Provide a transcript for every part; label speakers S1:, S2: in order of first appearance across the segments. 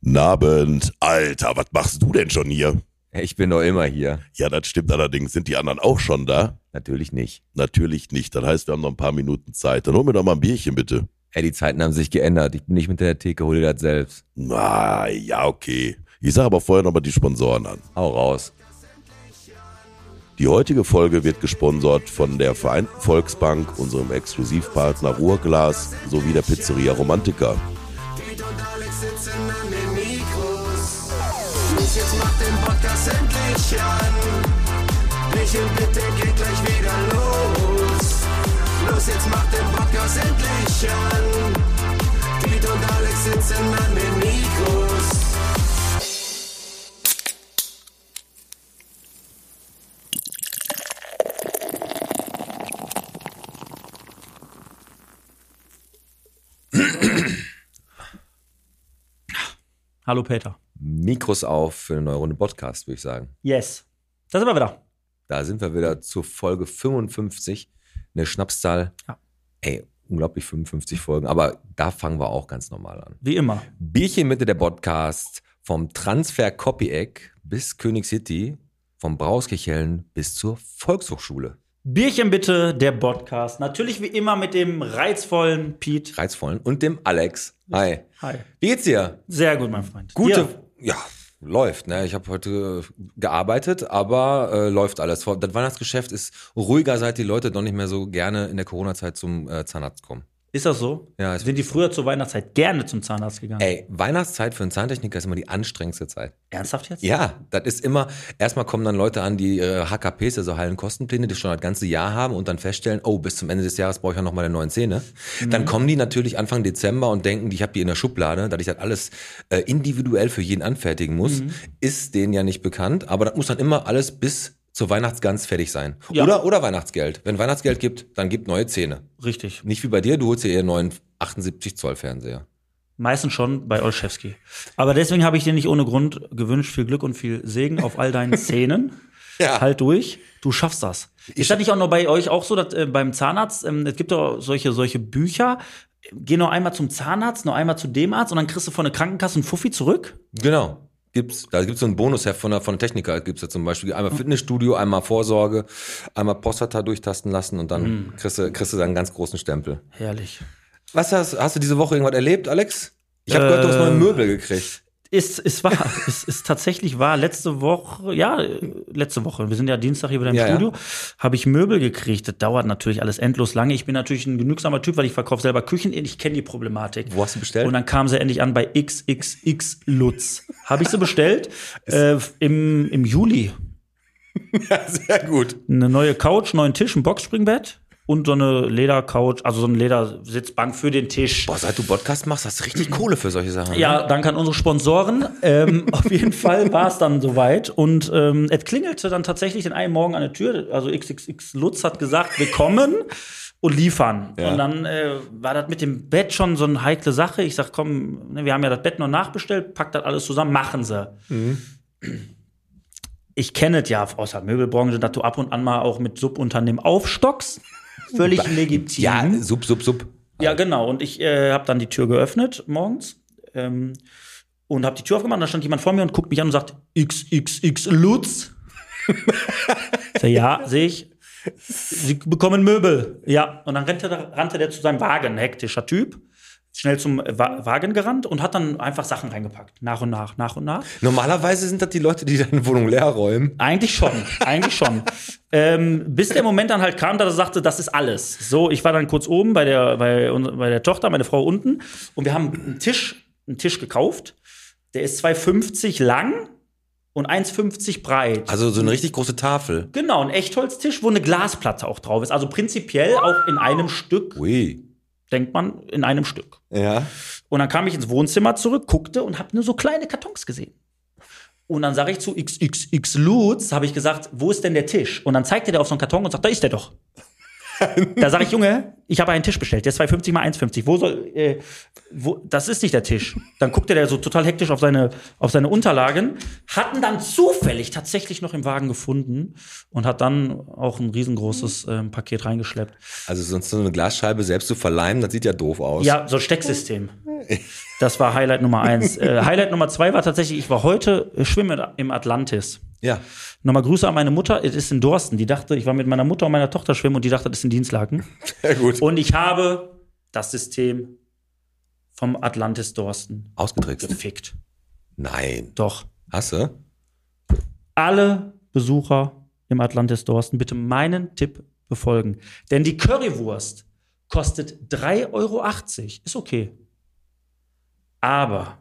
S1: Nabend. Alter, was machst du denn schon hier?
S2: Ich bin doch immer hier.
S1: Ja, das stimmt allerdings. Sind die anderen auch schon da?
S2: Natürlich nicht.
S1: Natürlich nicht. Das heißt, wir haben noch ein paar Minuten Zeit. Dann hol mir doch mal ein Bierchen, bitte.
S2: Ey, die Zeiten haben sich geändert. Ich bin nicht mit der Theke, hol dir das selbst.
S1: Na, ja, okay. Ich sag aber vorher nochmal die Sponsoren an.
S2: Hau raus.
S1: Die heutige Folge wird gesponsert von der Vereinten Volksbank, unserem Exklusivpartner Ruhrglas sowie der Pizzeria Romantica.
S3: Piet und Alex sitzen an den Mikros. Los, jetzt macht den Podcast endlich an. Michel, bitte geht gleich wieder los. Los, jetzt macht den Podcast endlich an. Piet und Alex sitzen an den Mikros.
S4: Hallo Peter.
S2: Mikros auf für eine neue Runde Podcast, würde ich sagen.
S4: Yes. Da sind wir wieder.
S2: Da sind wir wieder zur Folge 55. Eine Schnapszahl.
S4: Ja.
S2: Ey, unglaublich 55 Folgen. Aber da fangen wir auch ganz normal an.
S4: Wie immer.
S2: Bierchen Mitte der Podcast vom Transfer Copyeck bis König City, vom Brauskirchellen bis zur Volkshochschule.
S4: Bierchen bitte, der Podcast. Natürlich wie immer mit dem reizvollen Piet.
S2: Reizvollen und dem Alex. Hi.
S4: Hi.
S2: Wie geht's dir?
S4: Sehr gut, mein Freund. Dir?
S2: Gute. Ja, läuft. Ne? Ich habe heute gearbeitet, aber äh, läuft alles. Vor- Das Weihnachtsgeschäft ist ruhiger, seit die Leute doch nicht mehr so gerne in der Corona-Zeit zum äh, Zahnarzt kommen.
S4: Ist das so?
S2: Ja, ist-
S4: Sind die früher zur Weihnachtszeit gerne zum Zahnarzt gegangen?
S2: Also Ey, Weihnachtszeit für einen Zahntechniker ist immer die anstrengendste Zeit.
S4: Ernsthaft jetzt?
S2: Ja, das ist immer, erstmal kommen dann Leute an, die ihre HKPs, also heilen Kostenpläne, die schon das ganze Jahr haben und dann feststellen, oh, bis zum Ende des Jahres brauche ich ja noch meine neuen Zähne. Dann kommen die natürlich Anfang Dezember und denken, die- ich habe die in der Schublade, da ich das alles äh, individuell für jeden anfertigen muss, ist denen ja nicht bekannt, aber das muss dann immer alles bis zur Weihnachtsgans fertig sein.
S4: Ja.
S2: Oder, oder Weihnachtsgeld. Wenn Weihnachtsgeld gibt, dann gibt neue Zähne.
S4: Richtig.
S2: Nicht wie bei dir, du holst dir eher einen neuen 78 Zoll Fernseher.
S4: Meistens schon bei Olszewski. Aber deswegen habe ich dir nicht ohne Grund gewünscht, viel Glück und viel Segen auf all deinen Szenen.
S2: Ja.
S4: Halt durch, du schaffst das. Ist das nicht auch nur bei euch auch so, dass äh, beim Zahnarzt, ähm, es gibt doch solche, solche Bücher, geh noch einmal zum Zahnarzt, noch einmal zu dem Arzt und dann kriegst du von der Krankenkasse einen Fuffi zurück?
S2: Genau. Gibt's, da gibt's so ein Bonusheft von der, von der Techniker, gibt's da zum Beispiel einmal Fitnessstudio, einmal Vorsorge, einmal Prostata durchtasten lassen und dann kriegst, du, kriegst du dann einen ganz großen Stempel.
S4: Herrlich.
S2: Mhm. Was hast, hast du diese Woche irgendwas erlebt, Alex? Ich habe gehört, du hast
S4: Äh.
S2: neue Möbel gekriegt.
S4: Ist, ist wahr, es ist tatsächlich wahr. Letzte Woche, ja, äh, letzte Woche, wir sind ja Dienstag hier wieder im
S2: Ja, ja.
S4: Studio, habe ich Möbel gekriegt. Das dauert natürlich alles endlos lange. Ich bin natürlich ein genügsamer Typ, weil ich verkaufe selber Küchen. Ich kenne die Problematik.
S2: Wo hast du bestellt?
S4: Und dann kam sie endlich an bei XXX Lutz. Habe ich sie bestellt? äh, im, Im Juli.
S2: Ja, sehr gut.
S4: Eine neue Couch, neuen Tisch, ein Boxspringbett und so eine Ledercouch, also so eine Ledersitzbank für den Tisch.
S2: Boah, seit du Podcast machst, hast du richtig Kohle für solche Sachen. ne?
S4: Ja, danke an unsere Sponsoren. Ähm, auf jeden Fall war es dann soweit. Und ähm, es klingelte dann tatsächlich den einen Morgen an der Tür. Also XXX Lutz hat gesagt, wir kommen und liefern. Und dann äh, war das mit dem Bett schon so eine heikle Sache. Ich sag, komm, ne, wir haben ja das Bett noch nachbestellt, packt das alles zusammen, machen sie. Ich kenne es ja aus der Möbelbranche, dass du ab und an mal auch mit Subunternehmen aufstockst. Völlig legitim.
S2: Ja, sub, sub, sub.
S4: Ja, genau. Und ich äh, habe dann die Tür geöffnet morgens ähm, und habe die Tür aufgemacht. Und da stand jemand vor mir und guckt mich an und sagt: XXX Lutz. Ich sag, ja, sehe ich. Sie bekommen Möbel. Ja. Und dann rannte, der- rannte der zu seinem Wagen, hektischer Typ. Schnell zum äh, Wa Wagen gerannt und hat dann einfach Sachen reingepackt. Nach und nach, nach und nach.
S2: Normalerweise sind das die Leute, die deine Wohnung leer räumen.
S4: Eigentlich schon, eigentlich schon. Ähm, bis der Moment dann halt kam, dass er sagte, das ist alles. So, ich war dann kurz oben bei der, bei, un- bei der Tochter, meine Frau unten und wir haben einen Tisch, einen Tisch gekauft. Der ist 2,50 lang und 1,50 breit.
S2: Also so eine richtig große Tafel.
S4: genau, ein Echtholztisch, wo eine Glasplatte auch drauf ist. Also prinzipiell auch in einem Stück,
S2: Ui.
S4: denkt man, in einem Stück.
S2: Ja.
S4: Und dann kam ich ins Wohnzimmer zurück, guckte und habe nur so kleine Kartons gesehen. Und dann sage ich zu XXX Lutz, habe ich gesagt, wo ist denn der Tisch? Und dann zeigte der auf so einen Karton und sagt, da ist der doch. da sage ich, Junge, ich habe einen Tisch bestellt, der ist 2,50 mal 1,50. Wo soll, äh, wo, das ist nicht der Tisch. Dann guckte der so total hektisch auf seine, auf seine Unterlagen, hatten dann zufällig tatsächlich noch im Wagen gefunden und hat dann auch ein riesengroßes ähm, Paket reingeschleppt.
S2: Also sonst so eine Glasscheibe selbst zu verleimen, das sieht ja doof aus.
S4: Ja, so ein Stecksystem. Das war Highlight Nummer eins. äh, Highlight Nummer zwei war tatsächlich, ich war heute äh, schwimmen im Atlantis.
S2: Ja.
S4: Nochmal Grüße an meine Mutter, es ist in Dorsten. Die dachte, ich war mit meiner Mutter und meiner Tochter schwimmen und die dachte, das ist in Dienstlaken.
S2: Sehr gut.
S4: Und ich habe das System vom Atlantis Dorsten
S2: Ausgetrickst.
S4: gefickt.
S2: Nein.
S4: Doch.
S2: Hast du?
S4: Alle Besucher im Atlantis Dorsten bitte meinen Tipp befolgen. Denn die Currywurst kostet 3,80 Euro. Ist okay. Aber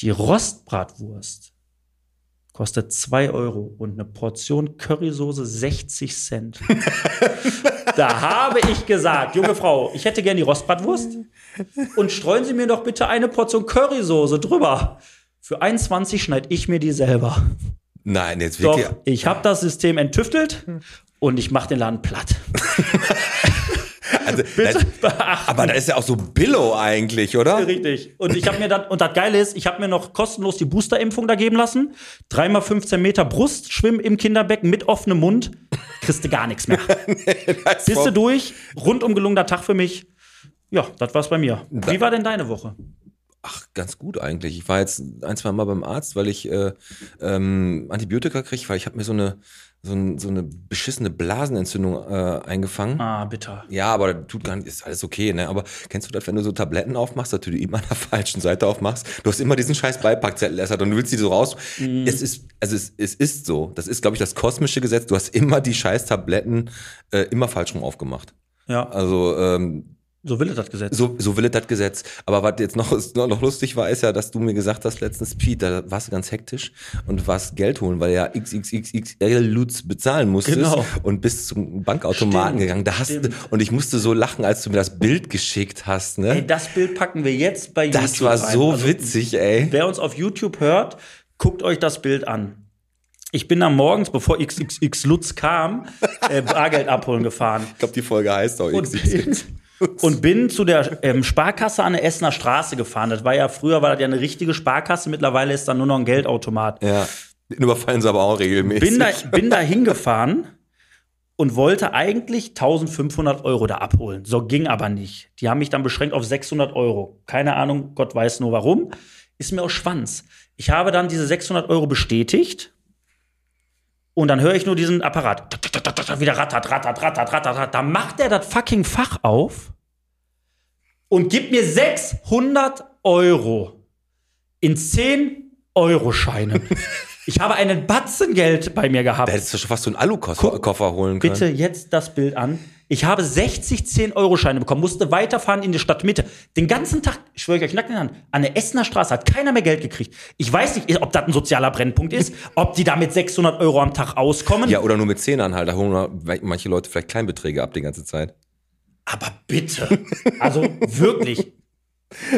S4: die Rostbratwurst kostet 2 Euro und eine Portion Currysoße 60 Cent. da habe ich gesagt, junge Frau, ich hätte gern die Rostbratwurst und streuen Sie mir doch bitte eine Portion Currysoße drüber. Für 1,20 schneide ich mir die selber.
S2: Nein, jetzt
S4: Doch,
S2: wirklich.
S4: ich habe das System enttüftelt und ich mache den Laden platt.
S2: Also, das, aber da ist ja auch so Billow eigentlich, oder?
S4: Richtig. Und ich habe mir dann, und das Geile ist, ich habe mir noch kostenlos die Boosterimpfung da geben lassen. Dreimal 15 Meter Brust, schwimmen im Kinderbecken mit offenem Mund, kriegst du gar nichts mehr. Bist du durch, rundum gelungener Tag für mich. Ja, das war's bei mir. Wie war denn deine Woche?
S2: Ach, ganz gut eigentlich. Ich war jetzt ein, zwei Mal beim Arzt, weil ich äh, ähm, Antibiotika kriege, weil ich habe mir so eine, so, ein, so eine beschissene Blasenentzündung äh, eingefangen.
S4: Ah, bitter.
S2: Ja, aber das tut gar nicht, ist alles okay, ne? Aber kennst du das, wenn du so Tabletten aufmachst, dass du die immer an der falschen Seite aufmachst? Du hast immer diesen scheiß Beipackzettel erst und du willst die so raus. Es ist, also es, es ist so. Das ist, glaube ich, das kosmische Gesetz. Du hast immer die scheiß Tabletten äh, immer falsch rum aufgemacht.
S4: Ja,
S2: Also, ähm,
S4: so will es das Gesetz.
S2: so, so will es das Gesetz. Aber was jetzt noch, ist- noch, noch lustig war, ist ja, dass du mir gesagt hast, letztens, Pete, da warst du ganz hektisch und warst Geld holen, weil du ja XXXXL Lutz bezahlen musstest
S4: Genau.
S2: und bist zum Bankautomaten
S4: Stimmt,
S2: gegangen. Da hast du,
S4: stimmt.
S2: und ich musste so lachen, als du mir das Bild geschickt hast, ne?
S4: Ey, das Bild packen wir jetzt bei YouTube.
S2: das war
S4: rein.
S2: so
S4: Also,
S2: witzig, ey.
S4: Wer uns auf YouTube hört, guckt euch das Bild an. Ich bin da morgens, bevor XXX Lutz kam, äh, Bargeld abholen gefahren.
S2: Ich glaube, die Folge heißt auch
S4: Und bin,
S2: XXX.
S4: und bin zu der ähm, Sparkasse an der Essener Straße gefahren. Das war ja früher, war das ja eine richtige Sparkasse. Mittlerweile ist da nur noch ein Geldautomat.
S2: Ja. Den überfallen sie aber auch regelmäßig.
S4: Bin da, bin da hingefahren und wollte eigentlich 1500 Euro da abholen. So ging aber nicht. Die haben mich dann beschränkt auf 600 Euro. Keine Ahnung, Gott weiß nur warum. Ist mir auch Schwanz. Ich habe dann diese 600 Euro bestätigt. Und dann höre ich nur diesen Apparat. Tat, tat, tat, tat, tat, Wieder rattert, rattert, rattert, rattert, rattert. Da macht er das fucking Fach auf und gibt mir 600 Euro in 10 Euro-Scheinen. ich habe einen Batzen Geld bei mir gehabt.
S2: da hättest du schon fast so einen Alukoffer Koffer holen können.
S4: Bitte jetzt das Bild an. Ich habe 60 10-Euro-Scheine bekommen, musste weiterfahren in die Stadtmitte. Den ganzen Tag, ich schwöre ich euch, nackt in die Hand, an der Essener Straße hat keiner mehr Geld gekriegt. Ich weiß nicht, ob das ein sozialer Brennpunkt ist, ob die da mit 600 Euro am Tag auskommen.
S2: Ja, oder nur mit Zehnern halt. Da holen manche Leute vielleicht Kleinbeträge ab die ganze Zeit.
S4: Aber bitte. Also wirklich.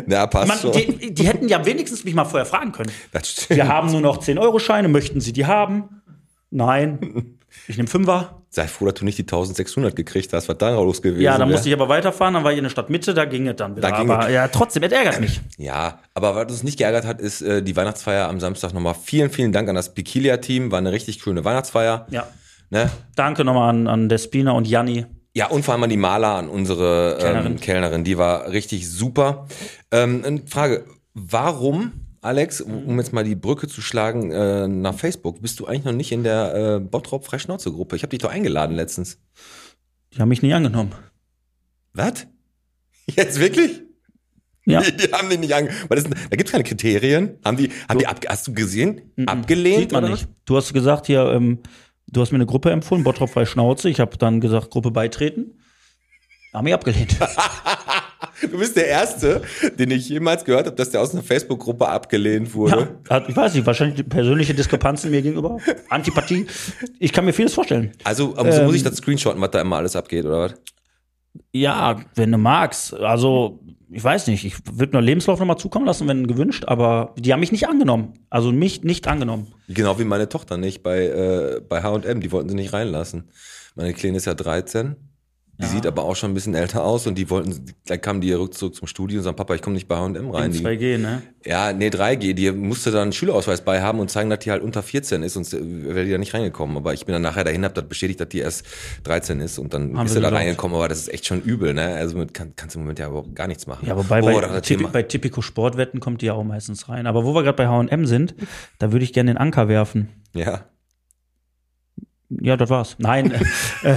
S2: Na, passt
S4: Man,
S2: schon.
S4: die, die hätten ja wenigstens mich mal vorher fragen können.
S2: Das stimmt.
S4: Wir haben nur noch 10-Euro-Scheine, möchten Sie die haben? Nein. Ich nehme Fünfer.
S2: Sei froh, dass du nicht die 1600 gekriegt hast, was da los gewesen
S4: Ja, dann
S2: wär.
S4: musste ich aber weiterfahren, dann war ich in der Stadtmitte, da ging es dann wieder.
S2: Da ging
S4: aber
S2: es.
S4: ja, trotzdem, es ärgert mich.
S2: Ja, aber was uns nicht geärgert hat, ist äh, die Weihnachtsfeier am Samstag nochmal. Vielen, vielen Dank an das Pikilia-Team. War eine richtig schöne Weihnachtsfeier.
S4: Ja.
S2: Ne?
S4: Danke nochmal an, an Despina und Janni.
S2: Ja, und vor allem an die Maler, an unsere Kellnerin.
S4: Kellnerin.
S2: Ähm, Kellnerin. Die war richtig super. Ähm, eine Frage, warum, Alex, um
S4: Mhm.
S2: um jetzt mal die Brücke zu schlagen äh, nach Facebook, bist du eigentlich noch nicht in der äh, Bottrop-Freischnauze-Gruppe? Ich habe dich doch eingeladen letztens.
S4: Die haben mich nie angenommen.
S2: Was? Jetzt wirklich?
S4: Ja.
S2: Die, die haben den nicht ange. Weil das, da gibt es keine Kriterien. Haben die, haben die ab, hast du gesehen? Abgelehnt?
S4: Sieht man
S2: oder?
S4: nicht. Du hast gesagt hier, ähm, du hast mir eine Gruppe empfohlen, Bottrop frei Schnauze. Ich habe dann gesagt, Gruppe beitreten. Haben mich abgelehnt.
S2: Du bist der Erste, den ich jemals gehört habe, dass der aus einer Facebook-Gruppe abgelehnt wurde.
S4: Hat- Ich weiß nicht, wahrscheinlich persönliche Diskrepanzen mir gegenüber. Antipathie. Ich kann mir vieles vorstellen.
S2: Also ähm, so muss ich das screenshotten, was da immer alles abgeht, oder was?
S4: Ja, wenn du magst. Also, ich weiß nicht. Ich würde nur Lebenslauf nochmal zukommen lassen, wenn gewünscht. Aber die haben mich nicht angenommen. Also mich nicht angenommen.
S2: Genau wie meine Tochter nicht bei, äh, bei HM. Die wollten sie nicht reinlassen. Meine Kleine ist ja 13.
S4: Ah.
S2: Die sieht aber auch schon ein bisschen älter aus und die wollten, da kamen die rückzug zum Studio und sagen, Papa, ich komme nicht bei H&M rein.
S4: In
S2: Die-
S4: 2G, ne?
S2: Ja, nee, 3G. Die musste dann einen Schülerausweis bei haben und zeigen, dass die halt unter 14 ist, sonst wäre die da nicht reingekommen. Aber ich bin dann nachher dahin, hab das bestätigt, dass die erst 13 ist und dann
S4: Haben
S2: ist
S4: sie
S2: sie da
S4: geglaubt.
S2: reingekommen. Aber das ist echt schon übel, ne? Also mit, kann, kannst du im Moment ja überhaupt gar nichts machen.
S4: Ja, wobei
S2: Boah, das
S4: bei,
S2: das
S4: Tipi,
S2: Thema.
S4: bei Tipico Sportwetten kommt die ja auch meistens rein. Aber wo wir gerade bei H&M sind, da würde ich gerne den Anker werfen.
S2: Ja.
S4: Ja, das war's. Nein, äh,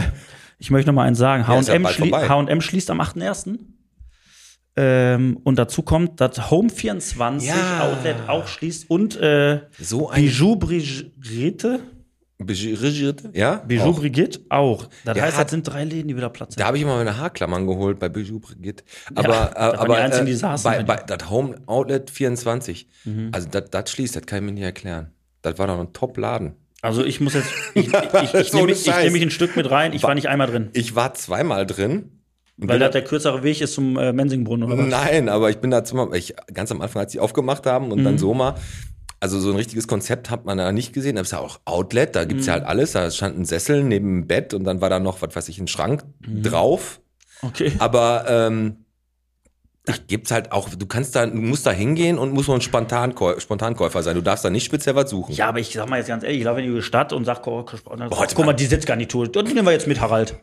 S4: ich möchte noch mal eins sagen.
S2: Ja, ist ja
S4: H&M
S2: bald
S4: schlie
S2: vorbei.
S4: H&M schließt am 8.1. Ähm, und dazu kommt, dass Home24
S2: Ja.
S4: Outlet auch schließt und äh,
S2: So ein
S4: Bijou Brigitte,
S2: Brigitte, ja?
S4: Bijou
S2: Auch.
S4: Brigitte auch. Das
S2: Der
S4: heißt,
S2: hat-
S4: das sind drei Läden, die wieder Platz
S2: Da
S4: haben.
S2: habe ich immer meine Haarklammern geholt bei Bijou Brigitte. Aber,
S4: Ja,
S2: äh,
S4: da waren die
S2: aber
S4: einzigen, die
S2: äh,
S4: saßen Mhm.
S2: bei,
S4: bei
S2: bei das Home Outlet 24. Also das das schließt, das kann ich mir nicht erklären. Das war doch ein Top-Laden.
S4: Also ich muss jetzt, ich, ich, ich, ich
S2: So
S4: nehme
S2: ein
S4: mich, ich
S2: Scheiß.
S4: nehm mich ein Stück mit rein. Ich war nicht einmal drin,
S2: Ich war zweimal drin. und
S4: weil
S2: bin
S4: das der kürzere Weg ist zum äh, Mensingbrunnen oder was.
S2: Nein, aber ich bin da zum, ich, ganz am Anfang, als die aufgemacht haben und
S4: Mhm.
S2: dann so mal, also so ein richtiges Konzept hat man da nicht gesehen. Da ist ja auch Outlet, da gibt's
S4: Mhm.
S2: ja halt alles. Da stand ein Sessel neben dem Bett und dann war da noch, was weiß ich, ein Schrank
S4: Mhm.
S2: drauf.
S4: Okay.
S2: Aber ähm, da gibt's halt auch, du kannst da, du musst da hingehen und musst nur ein Spontankäu Spontankäufer sein. Du darfst da nicht speziell was suchen.
S4: Ja, aber ich sag mal jetzt ganz ehrlich, ich laufe in die Stadt und sag, oh,
S2: Boah,
S4: guck mal, die Sitzgarnitur, die nehmen wir jetzt mit, Harald.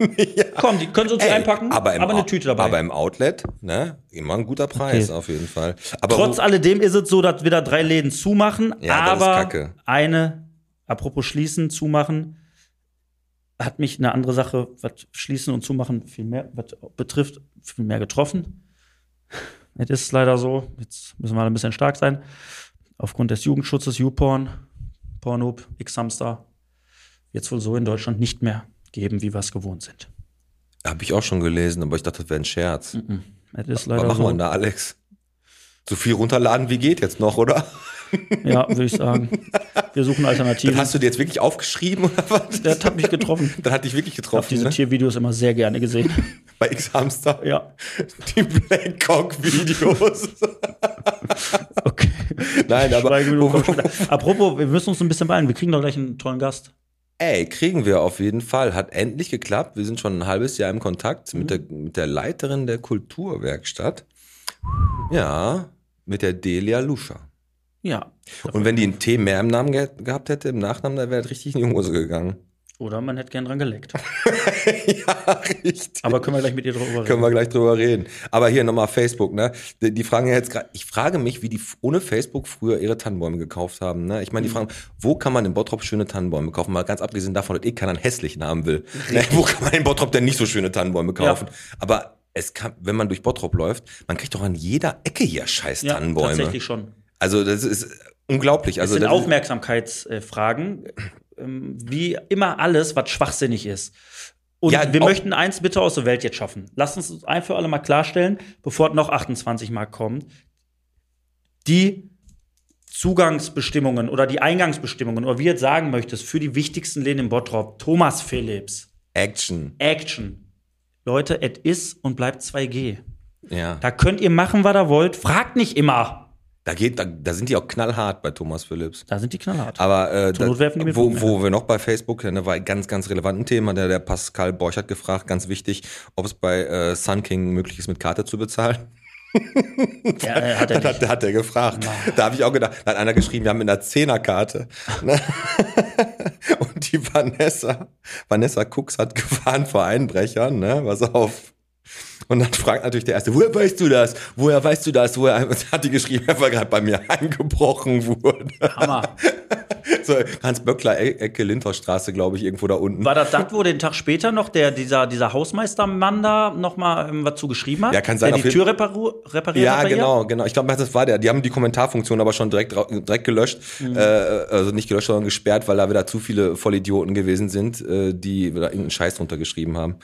S4: Komm, die können sie uns
S2: Ey,
S4: einpacken,
S2: aber, im
S4: eine
S2: Out-
S4: Tüte dabei.
S2: Aber im Outlet, ne? Immer ein guter Preis
S4: Okay.
S2: auf jeden Fall. Aber
S4: Trotz alledem ist es so, dass wir da drei Läden zumachen,
S2: Ja, das ist
S4: aber
S2: Kacke.
S4: eine, apropos schließen, zumachen, hat mich eine andere Sache, was schließen und zumachen viel mehr was betrifft, viel mehr getroffen. Es ist leider so, jetzt müssen wir ein bisschen stark sein. Aufgrund des Jugendschutzes, YouPorn, Pornhub, X-Hamster, jetzt wohl so in Deutschland nicht mehr geben, wie wir es gewohnt sind.
S2: habe ich auch schon gelesen, aber ich dachte, das wäre ein Scherz.
S4: Es ist
S2: Was
S4: leider
S2: machen wir denn
S4: so.
S2: da, Alex? So viel runterladen wie geht jetzt noch, oder?
S4: Ja, würde ich sagen. Wir suchen
S2: Dann
S4: Alternativen.
S2: hast du dir jetzt wirklich aufgeschrieben oder was?
S4: Der hat mich getroffen.
S2: Dann hat dich wirklich
S4: Ich habe
S2: getroffen,
S4: diese
S2: ne?
S4: Tiervideos immer sehr gerne gesehen.
S2: Bei X-Hamster.
S4: ja,
S2: Die Blackcock-Videos.
S4: okay.
S2: Nein, aber.
S4: Schweigeminute kommt schon wieder. Apropos, wir müssen uns ein bisschen beeilen. Wir kriegen doch gleich einen tollen Gast.
S2: Ey, kriegen wir auf jeden Fall. Hat endlich geklappt. Wir sind schon ein halbes Jahr im Kontakt mit, der,
S4: Mhm.
S2: mit der Leiterin der Kulturwerkstatt. Ja, mit der Delia Luscher.
S4: Ja.
S2: Und wenn die ein T mehr im Namen ge gehabt hätte, im Nachnamen, dann wäre das richtig in die Hose gegangen.
S4: Oder man hätte gern dran geleckt.
S2: ja, richtig.
S4: Aber können wir gleich mit ihr drüber
S2: Können
S4: reden.
S2: wir gleich drüber reden. Aber hier nochmal Facebook, ne? Die, die fragen ja jetzt gerade, ich frage mich, wie die f- ohne Facebook früher ihre Tannenbäume gekauft haben, ne? Ich meine,
S4: Mhm.
S2: die fragen, wo kann man in Bottrop schöne Tannenbäume kaufen? Mal ganz abgesehen davon, dass eh keiner einen hässlichen haben will. Ne? Wo kann man in Bottrop denn nicht so schöne Tannenbäume kaufen? Aber es kann, wenn man durch Bottrop läuft, man kriegt doch an jeder Ecke hier scheiß
S4: Ja,
S2: Tannenbäume.
S4: tatsächlich schon.
S2: Also, das ist unglaublich. Also,
S4: es sind
S2: das ist-
S4: Aufmerksamkeitsfragen. Ähm, wie immer alles, was schwachsinnig ist. Und
S2: Ja,
S4: wir
S2: auch-
S4: möchten eins bitte aus der Welt jetzt schaffen. Lasst uns das ein für alle mal klarstellen, bevor es noch 28 Mal kommt. Die Zugangsbestimmungen oder die Eingangsbestimmungen oder wie ihr es sagen möchtest, für die wichtigsten Läden in Bottrop. Thomas Philips,
S2: Action.
S4: Action. Leute, es ist und bleibt 2G.
S2: Ja.
S4: Da könnt ihr machen, was ihr wollt. Fragt nicht immer.
S2: Da geht, da, da sind die auch knallhart bei Thomas Phillips.
S4: Da sind die knallhart.
S2: Aber äh,
S4: Zur
S2: da,
S4: Not werfen die mir
S2: wo,
S4: Funken,
S2: wo wir noch bei Facebook, da war ein ganz, ganz relevanten Thema, der, der Pascal Borch hat gefragt, ganz wichtig, ob es bei äh, Sun King möglich ist, mit Karte zu bezahlen.
S4: Ja, äh, hat er
S2: Dann
S4: nicht.
S2: hat, hat er gefragt. Da habe ich auch gedacht, da hat einer geschrieben, wir haben mit einer Zehnerkarte. Ne? Und die Vanessa, Vanessa Cooks hat gewarnt vor Einbrechern, ne? Pass auf. Und dann fragt natürlich der Erste, woher weißt du das? Woher weißt du das? Woher hat die geschrieben, weil gerade bei mir eingebrochen wurde?
S4: Hammer.
S2: So, Hans-Böckler-Ecke, Linterstraße, glaube ich, irgendwo da unten.
S4: War das das, wo den Tag später noch der, dieser, dieser Hausmeistermann da nochmal ähm, was zu geschrieben hat?
S2: Ja, kann sein,
S4: Der
S2: auf
S4: die
S2: jeden-
S4: Tür repariert repariert hat
S2: Ja,
S4: bei ihr?
S2: genau, genau. Ich glaube, das war der. Die haben die Kommentarfunktion aber schon direkt, ra- direkt gelöscht.
S4: Mhm.
S2: Äh, also nicht gelöscht, sondern gesperrt, weil da wieder zu viele Vollidioten gewesen sind, äh, die da irgendeinen Scheiß drunter geschrieben haben.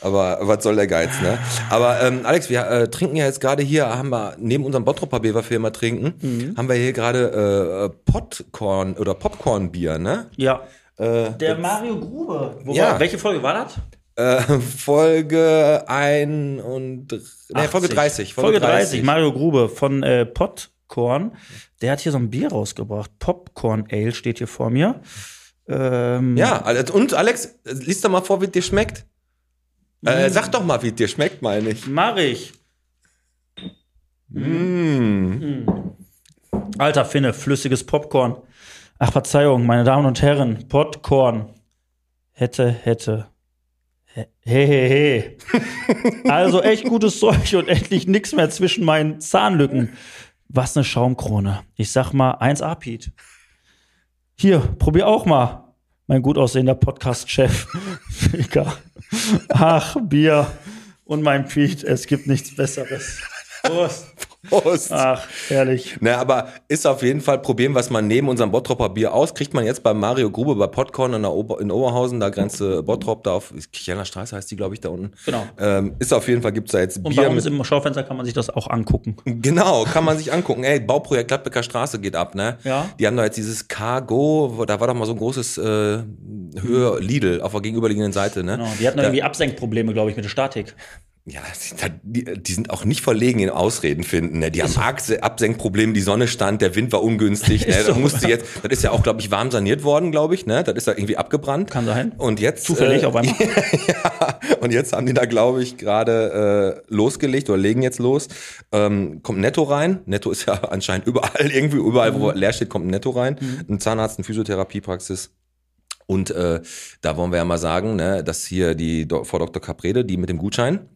S2: Aber was soll der Geiz, ne? Aber ähm, Alex, wir äh, trinken ja jetzt gerade hier, haben wir neben unserem Bottroper Bier, was wir immer
S4: Mhm.
S2: trinken, haben wir hier gerade äh, Popcorn oder Popcorn-Bier, ne?
S4: Ja.
S2: Äh,
S4: Der Mario Grube. Wo
S2: Ja.
S4: war, welche Folge war das?
S2: äh, Folge 1 und nee, Folge
S4: 80.
S2: 30.
S4: Folge 30. Mario Grube von äh, Popcorn. Der hat hier so ein Bier rausgebracht. Popcorn Ale steht hier vor mir. Ähm,
S2: Ja, und Alex, liest doch mal vor, wie dir schmeckt.
S4: Mm.
S2: Äh, sag doch mal, wie es dir schmeckt, meine ich.
S4: Mach ich.
S2: Mm.
S4: Mm. Alter Finne, flüssiges Popcorn. Ach, Verzeihung, meine Damen und Herren, Popcorn. Hätte, hätte. He, he, he. Also echt gutes Zeug und endlich nichts mehr zwischen meinen Zahnlücken. Was eine Schaumkrone. Ich sag mal 1A, Piet. Hier, probier auch mal. Mein gut aussehender Podcast-Chef. Egal. Ach, Bier und mein Piet, es gibt nichts Besseres. Prost.
S2: Prost.
S4: Ach, herrlich.
S2: Na, aber ist auf jeden Fall probieren, was man neben unserem Bottropper Bier aus. Kriegt man jetzt bei Mario Grube bei Podcorn in, der Ober in Oberhausen, da Grenze Bottrop, da auf Kichener Straße heißt die, glaube ich, da unten.
S4: Genau.
S2: Ähm, ist auf jeden Fall, gibt's da jetzt
S4: Und
S2: Bier
S4: bei uns
S2: mit.
S4: im Schaufenster kann man sich das auch angucken.
S2: Genau, kann man sich angucken. Ey, Bauprojekt Gladbecker Straße geht ab, ne?
S4: Ja.
S2: Die haben da jetzt dieses Cargo, wo- da war doch mal so ein großes äh, Höhe Lidl auf der gegenüberliegenden Seite, ne?
S4: Genau. Die hatten
S2: da,
S4: irgendwie Absenkprobleme, glaube ich, mit der Statik.
S2: Ja, da- die, die sind auch nicht verlegen in Ausreden finden. Ne? Die haben Abse- Absenkprobleme, die Sonne stand, der Wind war ungünstig. Ne?
S4: Ist
S2: Da
S4: so.
S2: musste jetzt, das ist ja auch, glaube ich, warm saniert worden, glaube ich. Ne? Das ist da irgendwie abgebrannt.
S4: Kann sein.
S2: Und jetzt
S4: Zufällig
S2: äh,
S4: auf einmal.
S2: Und jetzt haben die da, glaube ich, gerade äh, losgelegt oder legen jetzt los. Ähm, kommt Netto rein. Netto ist ja anscheinend überall irgendwie überall, wo leer steht, kommt ein Netto rein. Ein Zahnarzt, eine Physiotherapiepraxis. Und äh, da wollen wir ja mal sagen, ne, dass hier die Do Frau Dr. Caprede, die mit dem Gutschein,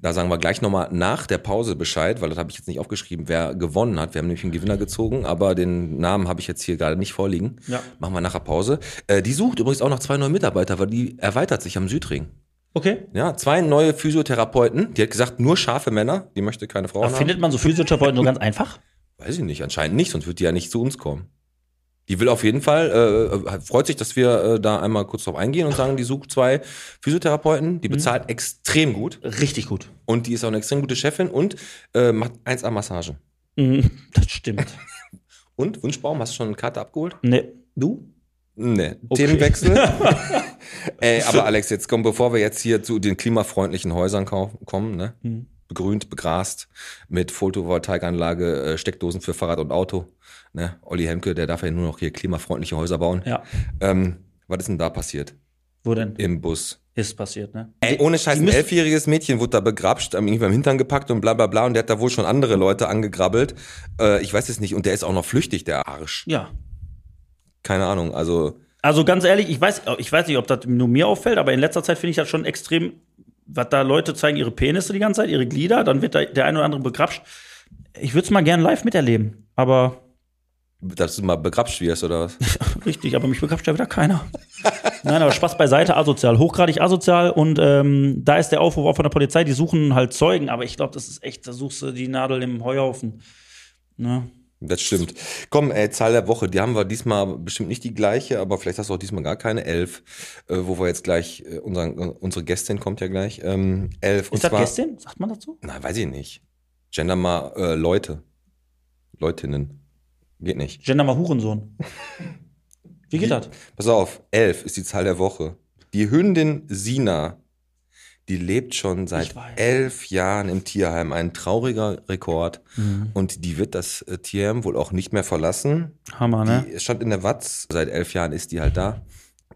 S2: da sagen wir gleich nochmal nach der Pause Bescheid, weil das habe ich jetzt nicht aufgeschrieben, wer gewonnen hat. Wir haben nämlich einen Gewinner gezogen, aber den Namen habe ich jetzt hier gerade nicht vorliegen.
S4: Ja.
S2: Machen wir nachher Pause. Äh, die sucht übrigens auch noch zwei neue Mitarbeiter, weil die erweitert sich am Südring.
S4: Okay.
S2: Ja, zwei neue Physiotherapeuten. Die hat gesagt, nur scharfe Männer. Die möchte keine Frauen
S4: Aber
S2: haben.
S4: findet man so Physiotherapeuten so ganz einfach?
S2: Weiß ich nicht, anscheinend nicht, sonst wird die ja nicht zu uns kommen. Die will auf jeden Fall, äh, freut sich, dass wir äh, da einmal kurz drauf eingehen und sagen, die sucht zwei Physiotherapeuten,
S4: Mhm.
S2: die bezahlt extrem gut
S4: Richtig gut.
S2: und die ist auch eine extrem gute Chefin und äh, macht 1A Massage.
S4: Mhm, das stimmt.
S2: Und Wunschbaum, hast du schon eine Karte abgeholt?
S4: Nee. Du?
S2: Nee,
S4: Okay.
S2: Themenwechsel. Ey, aber Alex, jetzt komm, bevor wir jetzt hier zu den klimafreundlichen Häusern kau- kommen, ne?
S4: Hm.
S2: Begrünt, begrast, mit Photovoltaikanlage, äh, Steckdosen für Fahrrad und Auto. Ne? Olli Hemke, der darf ja nur noch hier klimafreundliche Häuser bauen.
S4: Ja.
S2: Ähm, was ist denn da passiert?
S4: Wo denn?
S2: Im Bus.
S4: Ist passiert, ne?
S2: Ey, ohne Scheiß,
S4: die
S2: ein
S4: müssen-
S2: elfjähriges Mädchen wurde da begrapscht, am- irgendwie am Hintern gepackt und bla bla bla. Und der hat da wohl schon andere Leute angegrabbelt. Äh, ich weiß es nicht. Und der ist auch noch flüchtig, der Arsch.
S4: Ja.
S2: Keine Ahnung. Also,
S4: Also ganz ehrlich, ich weiß, ich weiß nicht, ob das nur mir auffällt, aber in letzter Zeit finde ich das schon extrem, was da Leute zeigen, ihre Penisse die ganze Zeit, ihre Glieder, dann wird da der eine oder andere begrapscht. Ich würde es mal gern live miterleben, aber
S2: dass du mal begrapscht wirst oder was?
S4: richtig, aber mich begrapscht ja wieder keiner. Nein, aber Spaß beiseite, asozial, hochgradig asozial und ähm, da ist der Aufruf auch von der Polizei, die suchen halt Zeugen, aber ich glaube, das ist echt, da suchst du die Nadel im Heuhaufen. Ne?
S2: Das stimmt. Komm, ey, Zahl der Woche, die haben wir diesmal bestimmt nicht die gleiche, aber vielleicht hast du auch diesmal gar keine elf, äh, wo wir jetzt gleich, äh, unseren, äh, unsere Gästin kommt ja gleich, ähm, elf.
S4: Ist das gestern? Sagt man dazu?
S2: Na, weiß ich nicht. Gender mal äh, Leute. Leutinnen. Geht nicht.
S4: Gender mal Hurensohn. Wie geht das?
S2: Pass auf, elf ist die Zahl der Woche. Die Hündin Sina, die lebt schon seit
S4: Ich weiß.
S2: elf Jahren im Tierheim. Ein trauriger Rekord.
S4: Mhm.
S2: Und die wird das äh, Tierheim wohl auch nicht mehr verlassen.
S4: Hammer, ne?
S2: Die stand in der Watz, seit elf Jahren ist die halt da.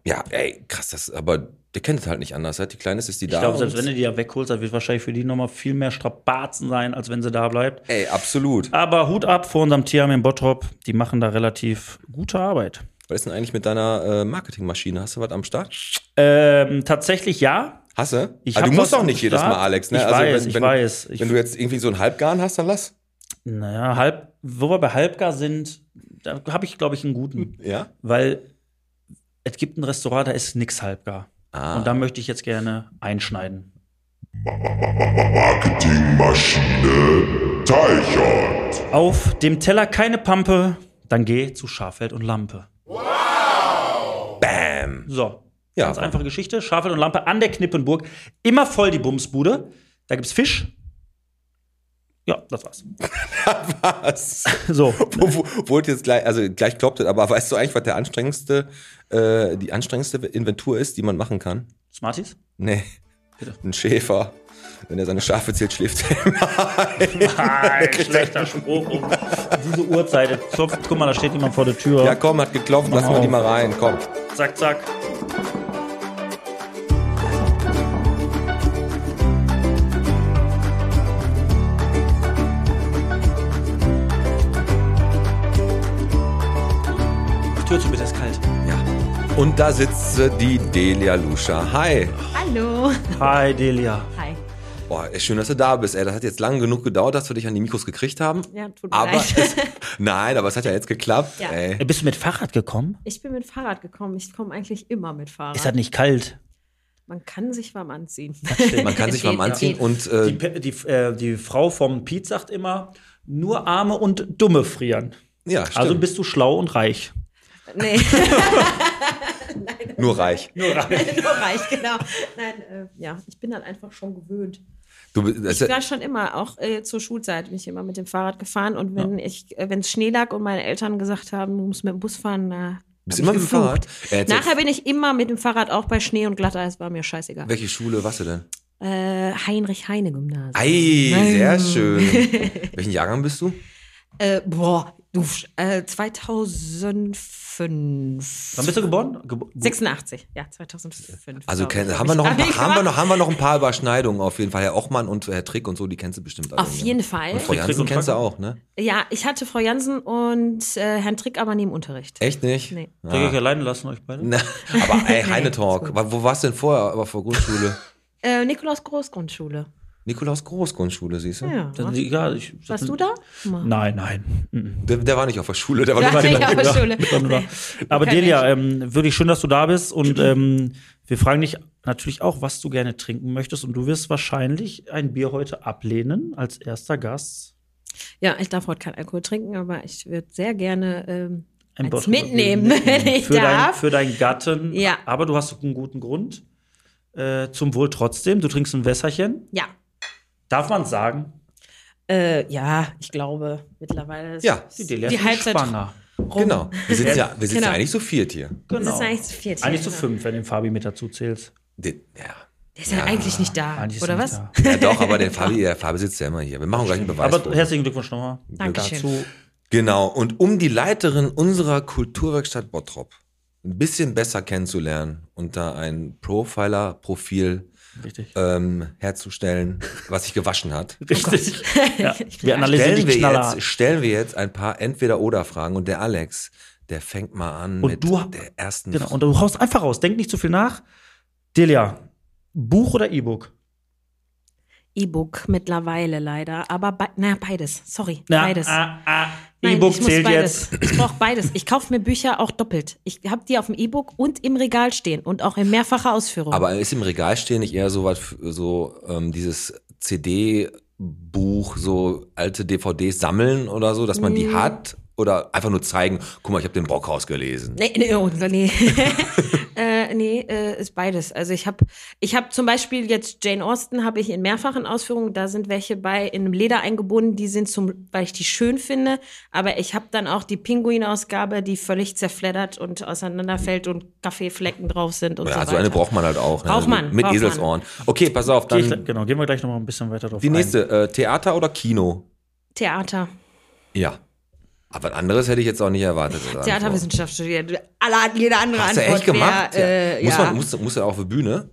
S2: Ja, ey, krass, das, aber der kennt es halt nicht anders. Seit die klein ist, ist die da.
S4: Ich glaube,
S2: und-
S4: selbst wenn du die ja wegholst, das wird wahrscheinlich für die nochmal viel mehr Strapazen sein, als wenn sie da bleibt.
S2: ey, absolut.
S4: Aber Hut ab vor unserem Tierheim in Bottrop. Die machen da relativ gute Arbeit.
S2: Was ist denn eigentlich mit deiner äh, Marketingmaschine? Hast du was am Start?
S4: Ähm, tatsächlich ja.
S2: Hasse?
S4: Ich
S2: also,
S4: hab
S2: du musst
S4: was
S2: auch
S4: am
S2: nicht jedes
S4: Start.
S2: Mal, Alex. Ne?
S4: Ich
S2: also,
S4: weiß,
S2: wenn,
S4: ich
S2: wenn,
S4: weiß. Ich-
S2: Wenn du jetzt irgendwie so einen Halbgarn hast, dann lass.
S4: Naja, halb, wo wir bei Halbgar sind, da habe ich, glaube ich, einen guten.
S2: Ja?
S4: Weil es gibt ein Restaurant, da ist nix Halbgar.
S2: Ah.
S4: Und da möchte ich jetzt gerne einschneiden.
S5: Marketingmaschine Teichert.
S4: Auf dem Teller keine Pampe, dann geh zu Schafeld und Lampe.
S2: Bam.
S4: So.
S2: Ja.
S4: Ganz einfache Geschichte. Schafeld und Lampe an der Knippenburg. Immer voll die Bumsbude. Da gibt's Fisch. Ja, das war's.
S2: Was?
S4: So.
S2: Wo, wo, wo es jetzt gleich, also gleich kloppt es, aber weißt du eigentlich, was der anstrengendste, äh, die anstrengendste Inventur ist, die man machen kann?
S4: Smarties?
S2: Nee. Ein Schäfer. Wenn er seine Schafe zählt, schläft er.
S4: Nein, schlechter Spruch. Um diese Uhrzeit. Klopft. Guck mal, da steht jemand vor der Tür.
S2: Ja, komm, hat geklopft, lass mal die mal rein, komm.
S4: Zack, zack. Tür zu, mir ist kalt.
S2: Ja. Und da sitzt äh, die Delia Luscha. Hi.
S6: Hallo.
S4: Hi, Delia.
S6: Hi.
S2: Boah, ey, schön, dass du da bist. Ey, das hat jetzt lang genug gedauert, dass wir dich an die Mikros gekriegt haben.
S6: Ja, tut mir
S2: aber
S6: leid.
S2: es, nein, aber es hat ja jetzt geklappt.
S6: Ja.
S2: Ey.
S4: Bist du mit Fahrrad gekommen?
S6: Ich bin mit Fahrrad gekommen. Ich komme eigentlich immer mit Fahrrad.
S4: Ist das nicht kalt?
S6: Man kann sich warm anziehen.
S2: Man kann sich warm anziehen und
S4: Die,
S2: äh,
S4: Pe- die, äh, die Frau vom Piet sagt immer, nur Arme und Dumme frieren.
S2: ja, stimmt.
S4: Also bist du schlau und reich.
S6: nee,
S2: nur reich.
S6: nur reich, genau. Nein, äh, ja, ich bin dann einfach schon gewöhnt.
S2: Du, bist- das,
S6: Ich war schon immer, auch äh, zur Schulzeit, bin ich immer mit dem Fahrrad gefahren. Und wenn ich, äh, wenn es Schnee lag und meine Eltern gesagt haben, du musst mit dem Bus fahren, na.
S2: bist
S6: hab
S2: immer
S6: ich
S2: mit dem
S6: geflucht.
S2: Fahrrad. Ey, erzähl,
S6: Nachher bin ich immer mit dem Fahrrad auch bei Schnee und Glatteis, war mir scheißegal.
S2: welche Schule warst du denn?
S6: Äh, Heinrich-Heine-Gymnasium.
S2: Ei,
S6: Nein.
S2: sehr schön. Welchen Jahrgang bist du?
S6: Äh, boah, du, äh, 2005.
S4: Wann bist du geboren? Gebo
S6: 86, ja, 2005.
S2: Also
S6: glaub ich,
S2: kenn,
S6: hab
S2: haben, wir noch ein
S6: ich
S2: paar, haben, wir
S6: gemacht.
S2: noch, haben wir noch ein paar Überschneidungen auf jeden Fall. Herr Ochmann und Herr Trick und so, die kennst du bestimmt alle. ne?
S6: Auf jeden Fall.
S2: Und Frau
S4: Trick
S2: Jansen
S4: und
S2: kennst du
S4: Packer.
S2: auch, ne?
S6: Ja, ich hatte Frau Jansen und äh, Herrn Trick aber nie im Unterricht.
S2: Echt nicht?
S6: Nee.
S4: Soll ich euch alleine lassen, euch beide?
S2: Na, Ne? aber ey, Heine
S6: ist
S2: Talk.
S6: gut.
S2: Wa- Wo warst du denn vorher? Aber vor Grundschule?
S6: Äh, Nikolaus Großgrundschule.
S2: Nikolaus Groß Grundschule, siehst du?
S6: Ja.
S4: Dann, egal, ich,
S6: Warst du da?
S2: Mhm.
S6: Mal.
S4: Nein, nein.
S2: Der, der war nicht auf der Schule, der war
S6: Ja,
S2: nur bei
S6: nee,
S2: den-
S6: auf der Schule.
S4: Wunderbar. Aber
S6: Kein
S4: Delia, ähm, wirklich schön, dass du da bist und ähm, wir fragen dich natürlich auch, was du gerne trinken möchtest und du wirst wahrscheinlich ein Bier heute ablehnen als erster Gast.
S6: Ja, ich darf heute keinen Alkohol trinken, aber ich würde sehr gerne ähm,
S4: Ein
S6: eins
S4: Bottle
S6: mitnehmen,
S4: Bier
S6: wenn ich
S4: für Dein,
S6: darf.
S4: für deinen Gatten.
S6: Ja.
S4: Aber du hast einen guten Grund. Äh, zum Wohl trotzdem. Du trinkst ein Wässerchen.
S6: ja.
S4: Darf man sagen,
S6: Äh, ja, ich glaube, mittlerweile ist
S2: Ja,
S4: die Delia
S6: die
S4: ist
S6: Halbzeit
S4: schwanger.
S6: rum.
S2: Genau. Wir sitzen ja, wir sitzen
S6: Genau.
S2: ja eigentlich so viert hier.
S6: Das
S4: Genau.
S6: ist eigentlich zu viert.
S4: Eigentlich zu
S6: genau.
S4: fünf, wenn den Fabi mit dazu zählst.
S2: Den, ja.
S6: Der ist ja, eigentlich nicht da,
S4: Eigentlich ist
S6: Ah, oder
S4: er
S6: was?
S4: nicht da.
S2: ja, doch, aber der Fabi, der Fabi sitzt ja immer hier. Wir machen gleich einen Beweis.
S4: Aber herzlichen Glückwunsch nochmal
S6: Dankeschön.
S4: dazu.
S2: Genau, und um die Leiterin unserer Kulturwerkstatt Bottrop ein bisschen besser kennenzulernen und da ein Profiler-Profil
S6: Oh
S4: Richtig.
S2: ähm, herzustellen, was sich gewaschen hat,
S4: Richtig. ja. Wir analysieren
S2: stellen
S4: die
S2: wir,
S4: Knaller.
S2: jetzt, stellen wir jetzt ein paar Entweder-Oder-Fragen und der Alex, der fängt mal an
S4: Und
S2: mit
S4: du ha-
S2: der ersten
S4: Genau. Und du haust einfach raus. Denk nicht zu viel nach. Delia, Buch oder E-Book?
S6: E-Book mittlerweile leider, aber be na, beides. Sorry,
S4: Na,
S6: beides.
S4: ah, ah,
S6: Nein,
S4: E-Book
S6: ich muss
S4: zählt
S6: beides.
S4: jetzt.
S6: Ich brauche beides. Ich kaufe mir Bücher auch doppelt. Ich habe die auf dem E-Book und im Regal stehen und auch in mehrfacher Ausführung.
S2: Aber ist im Regal stehen nicht eher so was, f- so ähm, dieses CD-Buch, so alte DVDs sammeln oder so, dass man die hat? Oder einfach nur zeigen, guck mal, ich habe den Brockhaus gelesen.
S6: Nee, nee, oh, nee. äh, nee äh, ist beides. Also ich habe ich hab zum Beispiel jetzt Jane Austen habe ich in mehrfachen Ausführungen. Da sind welche bei in einem Leder eingebunden, die sind zum, weil ich die schön finde. Aber ich habe dann auch die Pinguin-Ausgabe, die völlig zerfleddert und auseinanderfällt und Kaffeeflecken drauf sind und
S2: Ja,
S6: so
S2: so
S6: weiter.
S2: eine braucht man halt auch. Ne?
S6: Braucht man,
S2: Mit
S6: braucht
S2: Eselsohren. Okay, pass auf,
S4: Geh ich,
S2: dann
S4: genau, gehen wir gleich noch mal ein bisschen weiter drauf
S2: die
S4: ein.
S2: nächste. Äh, Theater oder Kino?
S6: Theater.
S2: Ja. Aber was anderes hätte ich jetzt auch nicht erwartet. als Antwort.
S6: Theaterwissenschaft studiert. Alle, jede andere
S2: Hast du
S6: Antwort
S2: echt gemacht? Ja.
S6: Wär, äh,
S2: muss,
S6: ja.
S2: man, muss, muss er auf die Bühne?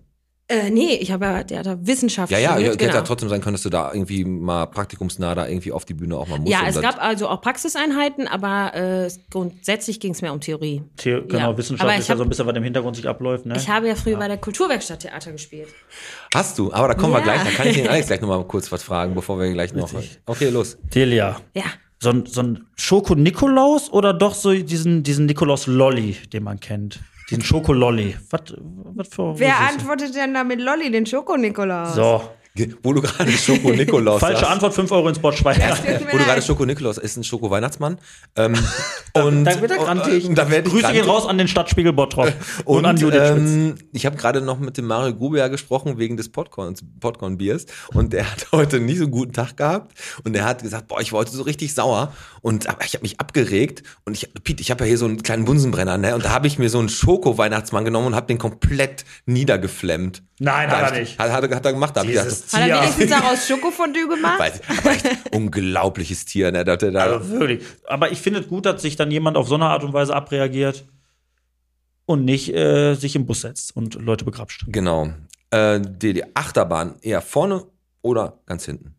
S6: äh, nee, ich habe ja Theaterwissenschaft
S2: Ja, ja,
S6: studiert. genau.
S2: hätte ja trotzdem sein können, dass du da irgendwie mal praktikumsnah da irgendwie auf die Bühne auch mal musst.
S6: Ja,
S2: um
S6: es
S2: das-
S6: gab also auch Praxiseinheiten, aber äh, grundsätzlich ging es mehr um Theorie.
S4: The genau,
S6: Ja.
S4: Wissenschaft
S6: Aber
S4: ist
S6: ich
S4: ja
S6: hab-
S4: so ein bisschen, was im Hintergrund sich abläuft. Ne?
S6: Ich habe ja früher bei der Kulturwerkstatt Theater gespielt.
S2: Hast du, aber da kommen wir
S6: Ja.
S2: gleich, da kann ich den Alex gleich nochmal kurz was fragen, bevor wir gleich noch. Okay, los.
S4: Delia,
S6: Ja.
S4: so ein, so ein Schoko-Nikolaus oder doch so diesen, diesen Nikolaus-Lolli, den man kennt? Diesen Schoko-Lolli. Was, was für. was ist
S6: antwortet denn da mit Lolli, den Schoko-Nikolaus?
S4: das? So.
S2: Ge- Wo du gerade Schoko Nikolaus
S4: Falsche
S2: sagst.
S4: Antwort: 5 Euro ins Bordschweizer.
S2: Wo du gerade Schoko Nikolaus ist ein Schoko Weihnachtsmann. Ähm, und
S4: Da wird er grantig.
S2: und- Da wird ich
S4: Grüße gehen
S2: grantig.
S4: raus an den Stadtspiegel Bottrop und,
S2: Und
S4: an Judith Schmitz.
S2: ähm, ich habe gerade noch mit dem Mario Gruber gesprochen wegen des Popcorns, Popcorn-Biers und der hat heute nicht so einen guten Tag gehabt und er hat gesagt, boah, ich war heute so richtig sauer und aber ich habe mich abgeregt und ich, Piet, ich habe ja hier so einen kleinen Bunsenbrenner, ne? Und da habe ich mir so einen Schoko-Weihnachtsmann genommen und habe den komplett niedergeflemmt.
S4: Nein,
S2: Da
S4: hat
S2: hab
S4: er
S2: ich-
S4: nicht.
S2: Hat, hat, hat er gemacht, da hab ich gedacht,
S4: Dieses
S6: Hat er
S4: Tier.
S6: wenigstens daraus Schokofondue gemacht?
S2: Weiß ich, aber echt unglaubliches Tier, ne? Da, da, da.
S4: Also wirklich. Aber ich finde es gut, dass sich dann jemand auf so eine Art und Weise abreagiert und nicht äh, sich im Bus setzt und Leute begrapscht.
S2: genau. Äh, die, die Achterbahn eher vorne oder ganz hinten?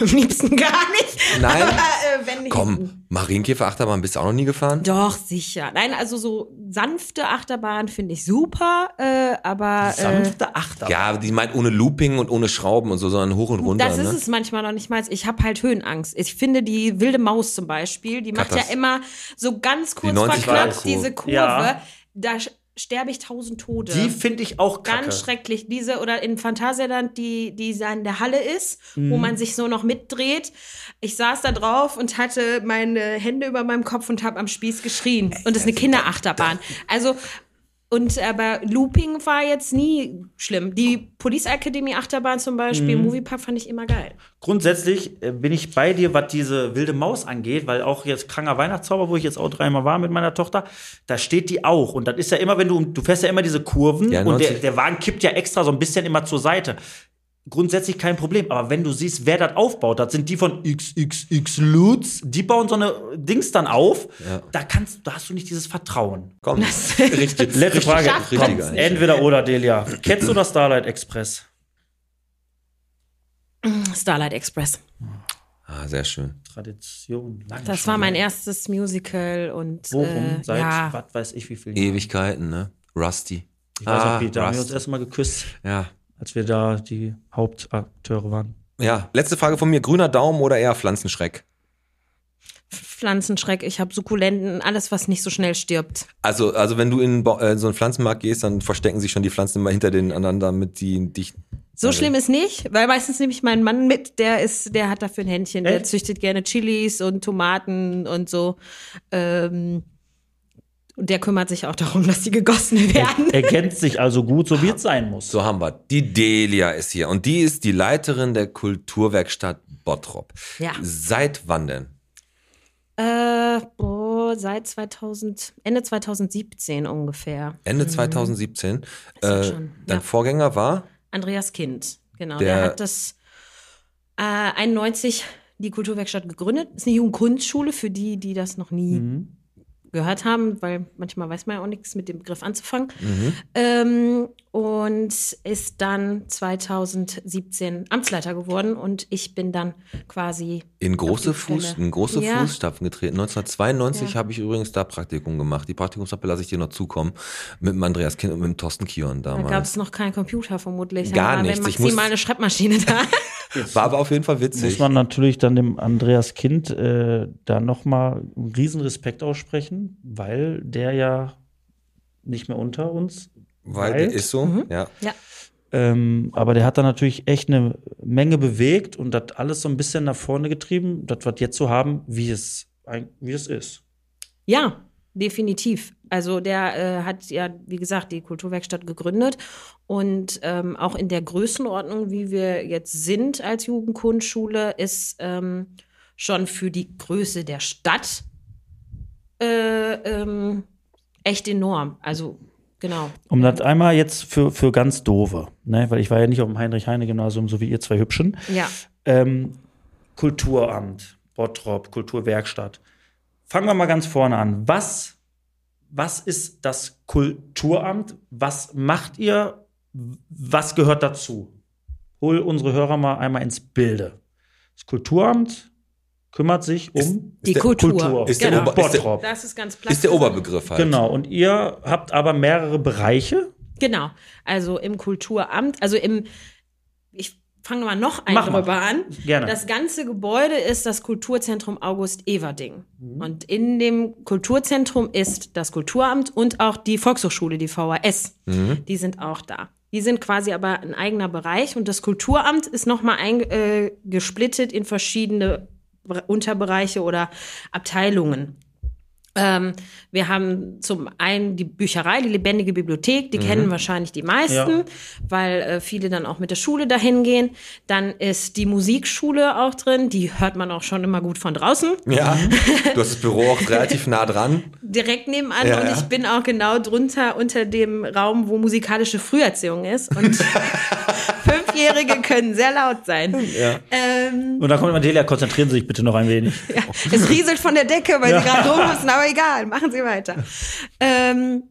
S6: Am liebsten gar nicht.
S2: Nein.
S6: Aber, äh, wenn hinten.
S2: Komm, Marienkäfer-Achterbahn bist du auch noch nie gefahren?
S6: Doch, sicher. Nein, also so sanfte Achterbahn finde ich super, äh, aber äh,
S4: Sanfte Achter.
S2: Ja, die meint ohne Looping und ohne Schrauben und so, sondern hoch und runter.
S6: das ist
S2: ne?
S6: es manchmal noch nicht mal. Ich habe halt Höhenangst. Ich finde die wilde Maus zum Beispiel, die macht
S2: Katast-
S6: ja immer so ganz kurz
S2: 90
S6: verknappt
S2: Grad-Kurve.
S6: diese Kurve.
S4: Ja.
S6: Da sch- sterbe ich tausend Tote.
S4: Die finde ich auch kacke.
S6: Ganz schrecklich. Diese oder in Phantasialand, die, die da in der Halle ist,
S4: Mhm.
S6: wo man sich so noch mitdreht. Ich saß da drauf und hatte meine Hände über meinem Kopf und habe am Spieß geschrien. Und das ist eine Kinderachterbahn. Also, und aber Looping war jetzt nie schlimm. Die Police Academy Achterbahn zum Beispiel,
S4: Mhm.
S6: Moviepark fand ich immer geil.
S4: Grundsätzlich äh, bin ich bei dir, was diese wilde Maus angeht, weil auch jetzt kranker Weihnachtszauber, wo ich jetzt auch dreimal war mit meiner Tochter, da steht die auch. Und das ist ja immer, wenn du, du fährst ja immer diese Kurven
S2: Ja,
S4: und der,
S2: 90
S4: der Wagen kippt ja extra so ein bisschen immer zur Seite. Grundsätzlich kein Problem, aber wenn du siehst, wer das aufbaut, das sind die von XXX Lutz, die bauen so eine Dings dann auf, da kannst, da hast du nicht dieses Vertrauen.
S2: Komm, richtig.
S4: Letzte Frage.
S6: schafft
S2: Richtig
S6: man's
S2: geil.
S6: nicht.
S4: Entweder oder, Delia. Kennst du das Starlight Express?
S6: Starlight Express.
S2: Ah, sehr schön.
S4: Tradition. Lange
S6: Das
S4: schon
S6: war mein
S4: her.
S6: erstes Musical und
S4: Bochum
S6: äh,
S4: seit
S6: ja.
S4: was weiß ich wie viel
S2: Ewigkeiten, ne? Rusty.
S4: Ich weiß
S2: Ah,
S4: noch, Peter, haben wir
S2: Rust.
S4: uns erstmal geküsst,
S2: Ja.
S4: als wir da die Hauptakteure waren.
S2: Ja, letzte Frage von mir. Grüner Daumen oder eher Pflanzenschreck?
S6: Pflanzenschreck, ich habe Sukkulenten, alles, was nicht so schnell stirbt.
S2: Also, also wenn du in Ba- äh, so einen Pflanzenmarkt gehst, dann verstecken sich schon die Pflanzen immer hinter den anderen, damit die dich.
S6: So schlimm ist nicht, weil meistens nehme ich meinen Mann mit, der ist, der hat dafür ein Händchen, der
S4: Echt?
S6: züchtet gerne Chilis und Tomaten und so. Ähm, und der kümmert sich auch darum, dass die gegossen werden.
S4: Ergänzt sich also gut, so wie es sein muss.
S2: So haben wir. Die Delia ist hier und die ist die Leiterin der Kulturwerkstatt Bottrop.
S6: Ja.
S2: Seit wann denn?
S6: Äh, boah, seit 2000, Ende 2017 ungefähr.
S2: Ende 2017. Äh,
S6: schon, Mhm. ja.
S2: Dein Vorgänger war?
S6: Andreas Kind, genau.
S2: Der-
S6: Der, hat das äh, 91 die Kulturwerkstatt gegründet. Ist eine Jugendkunstschule für die, die das noch nie
S2: Mhm.
S6: gehört haben, weil manchmal weiß man ja auch nichts mit dem Begriff anzufangen.
S2: Mhm.
S6: Ähm, und ist dann 2017 Amtsleiter geworden und ich bin dann quasi
S2: In große,
S6: Auf die Fälle.
S2: Fuß, in große
S6: Ja.
S2: Fußstapfen getreten. 1992
S6: Ja.
S2: habe ich übrigens da Praktikum gemacht. Die Praktikumsstaffel lasse ich dir noch zukommen. Mit dem Andreas Kind und mit dem Thorsten Kion
S6: da gab
S2: damals.
S6: es noch keinen Computer vermutlich.
S2: Gar
S6: Da war
S2: nichts. Ich muss-
S6: Maximal eine Schreibmaschine da.
S2: War aber auf jeden Fall
S4: Muss
S2: witzig.
S4: man natürlich dann dem Andreas Kind äh, da nochmal einen riesen Respekt aussprechen, weil der ja nicht mehr unter uns
S2: Weil
S4: Weil-
S2: der ist so.
S6: Mhm.
S2: Ja.
S4: Ähm, aber der hat da natürlich echt eine Menge bewegt und hat alles so ein bisschen nach vorne getrieben, das, was jetzt so haben, wie es, ein- wie es ist.
S6: Ja, definitiv. Also der äh, hat ja, wie gesagt, die Kulturwerkstatt gegründet und ähm, auch in der Größenordnung, wie wir jetzt sind als Jugendkunstschule, ist ähm, schon für die Größe der Stadt äh, ähm, echt enorm. Also genau.
S4: Um das einmal jetzt für, für ganz doofe, ne? weil ich war ja nicht auf dem Heinrich-Heine-Gymnasium, so wie ihr zwei Hübschen.
S6: Ja.
S4: Ähm, Kulturamt, Bottrop, Kulturwerkstatt. Fangen wir mal ganz vorne an. Was, was ist das Kulturamt? Was macht ihr? Was gehört dazu? Hol unsere Hörer mal einmal ins Bilde. Das Kulturamt kümmert sich um
S6: Die
S2: der-
S6: Kultur.
S2: Ist der
S6: genau.
S2: Ober- ist der-
S4: Bottrop.
S6: das ist ganz platt.
S2: Ist der
S6: gesagt.
S2: Oberbegriff halt.
S4: genau, und ihr habt aber mehrere Bereiche.
S6: Genau. Also im Kulturamt, also im, ich fange mal noch einen
S4: Mach mal.
S6: drüber an.
S4: Gerne.
S6: Das ganze Gebäude ist das Kulturzentrum August Everding. Und in dem Kulturzentrum ist das Kulturamt und auch die Volkshochschule, die VHS. Die sind auch da. Die sind quasi aber ein eigener Bereich und das Kulturamt ist nochmal äh, gesplittet in verschiedene Bere- Unterbereiche oder Abteilungen. Ähm, wir haben zum einen die Bücherei, die lebendige Bibliothek,
S2: Mhm.
S6: die kennen wahrscheinlich die meisten,
S4: Ja.
S6: weil äh, viele dann auch mit der Schule dahin gehen. Dann ist die Musikschule auch drin, die hört man auch schon immer gut von draußen,
S2: Ja. Du hast das Büro auch relativ nah dran.
S6: direkt nebenan.
S2: Ja,
S6: und
S2: ja.
S6: ich bin auch genau drunter unter dem Raum, wo musikalische Früherziehung ist. Und Fünfjährige können sehr laut sein. Ähm,
S4: Und dann kommt immer Delia, konzentrieren Sie sich bitte noch ein wenig.
S6: ja, es rieselt von der Decke, weil sie gerade rum müssen, aber egal, machen Sie weiter. Ähm,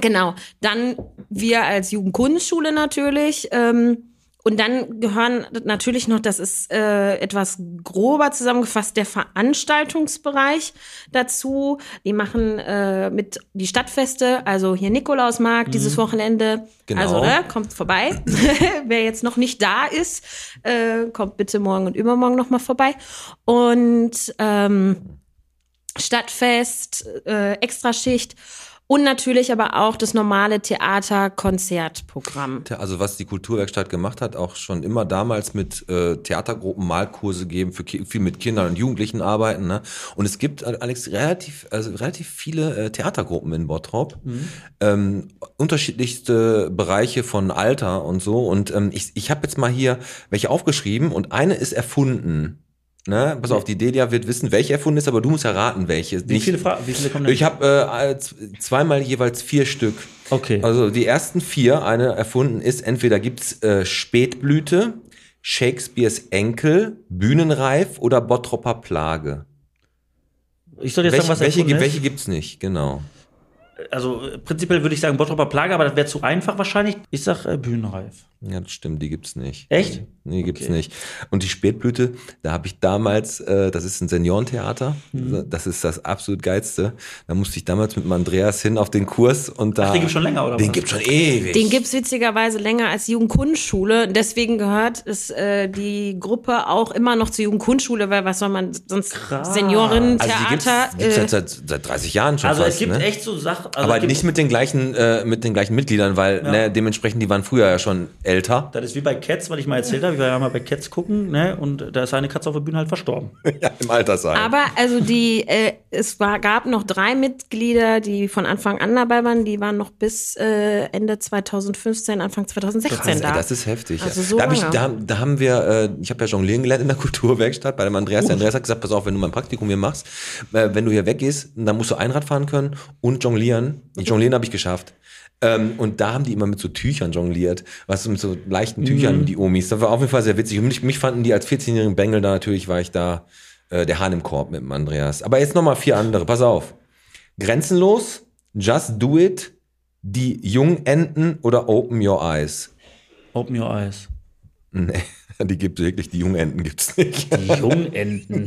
S6: genau, dann wir als Jugendkunstschule natürlich ähm, Und dann gehören natürlich noch, das ist äh, etwas grober zusammengefasst, der Veranstaltungsbereich dazu. Die machen äh, mit die Stadtfeste, also hier Nikolausmarkt dieses Wochenende.
S2: Genau.
S6: Also, ne, kommt vorbei. Wer jetzt noch nicht da ist, äh, kommt bitte morgen und übermorgen nochmal vorbei. Und ähm, Stadtfest, äh, Extraschicht und natürlich aber auch das normale Theater-Konzertprogramm.
S2: Tja, Also was die Kulturwerkstatt gemacht hat, auch schon immer damals mit äh, Theatergruppen Malkurse geben, für Ki- viel mit Kindern und Jugendlichen arbeiten. Ne? Und es gibt, äh, Alex, relativ, also relativ viele äh, Theatergruppen in Bottrop,
S4: Mhm.
S2: ähm, unterschiedlichste Bereiche von Alter und so. Und ähm, ich, ich habe jetzt mal hier welche aufgeschrieben und eine ist erfunden. Ne? Pass auf, die Delia wird wissen, welche erfunden ist, aber du musst erraten, welche.
S4: Mhm. Wie
S2: Nicht-
S4: viele, Fra wie viele kommen denn?
S2: ich habe äh, z- zweimal jeweils vier Stück.
S4: Okay.
S2: Also die ersten vier, eine erfunden ist, entweder gibt's äh, Spätblüte, Shakespeares Enkel, Bühnenreif oder Bottropper Plage.
S4: ich soll jetzt
S2: welche,
S4: sagen, was
S2: welche,
S4: erfunden
S2: gibt-
S4: ist?
S2: welche gibt's nicht, genau.
S4: Also äh, prinzipiell würde ich sagen Bottroper Plage, aber das wäre zu einfach wahrscheinlich. Ich sag äh, Bühnenreif.
S2: Ja, das stimmt, die gibt's nicht.
S4: Echt?
S2: Nee, gibt's
S4: Okay.
S2: nicht. Und die Spätblüte, da habe ich damals, äh, das ist ein Seniorentheater,
S4: Mhm.
S2: das ist das absolut geilste. Da musste ich damals mit dem Andreas hin auf den Kurs und da.
S4: Ach, den gibt's schon länger, oder
S2: Den
S4: was?
S2: gibt's schon ewig.
S6: Den gibt's witzigerweise länger als Jugendkunstschule. Deswegen gehört es äh, die Gruppe auch immer noch zur Jugendkunstschule, weil was soll man sonst
S2: Also die gibt's,
S6: Seniorentheater?
S2: gibt's
S6: äh,
S2: jetzt seit, seit 30 Jahren schon
S4: Also
S2: fast,
S4: es gibt
S2: ne?
S4: echt so Sachen. Also es
S2: aber
S4: gibt,
S2: nicht mit den gleichen, äh, mit den gleichen Mitgliedern, weil ne, dementsprechend die waren früher ja schon älter.
S4: Das ist wie bei Cats, weil ich mal erzählt habe, wir waren mal bei Cats gucken, ne? Und da ist eine Katze auf der Bühne halt verstorben.
S2: Ja, Im Alter sein.
S6: aber also die, äh, es war, gab noch drei Mitglieder, die von Anfang an dabei waren. Die waren noch bis äh, Ende 2015, Anfang 2016
S2: Krass,
S6: da.
S2: ey, das ist heftig.
S6: Also
S2: ja.
S6: so
S2: da, hab ich,
S6: lange.
S2: da, da haben wir, äh, ich habe ja jonglieren gelernt in der Kulturwerkstatt bei dem Andreas. Der Andreas hat gesagt, pass auf, wenn du mein Praktikum hier machst, äh, wenn du hier weggehst, dann musst du Einrad fahren können und jonglieren. Jonglieren habe ich geschafft. Ähm, und da haben die immer mit so Tüchern jongliert, was mit so
S6: Mhm.
S2: leichten Tüchern, die Omis. Das war auf jeden Fall sehr witzig. Und mich, mich fanden die als 14-jährigen Bengel da natürlich, war ich da äh, der Hahn im Korb mit dem Andreas. Aber jetzt nochmal vier andere, pass auf. Grenzenlos, Just Do It, die Jungenten oder Open Your Eyes.
S4: Open your eyes.
S2: Nee, die gibt es wirklich, die jungen Enten gibt es nicht.
S4: Die Jungenten.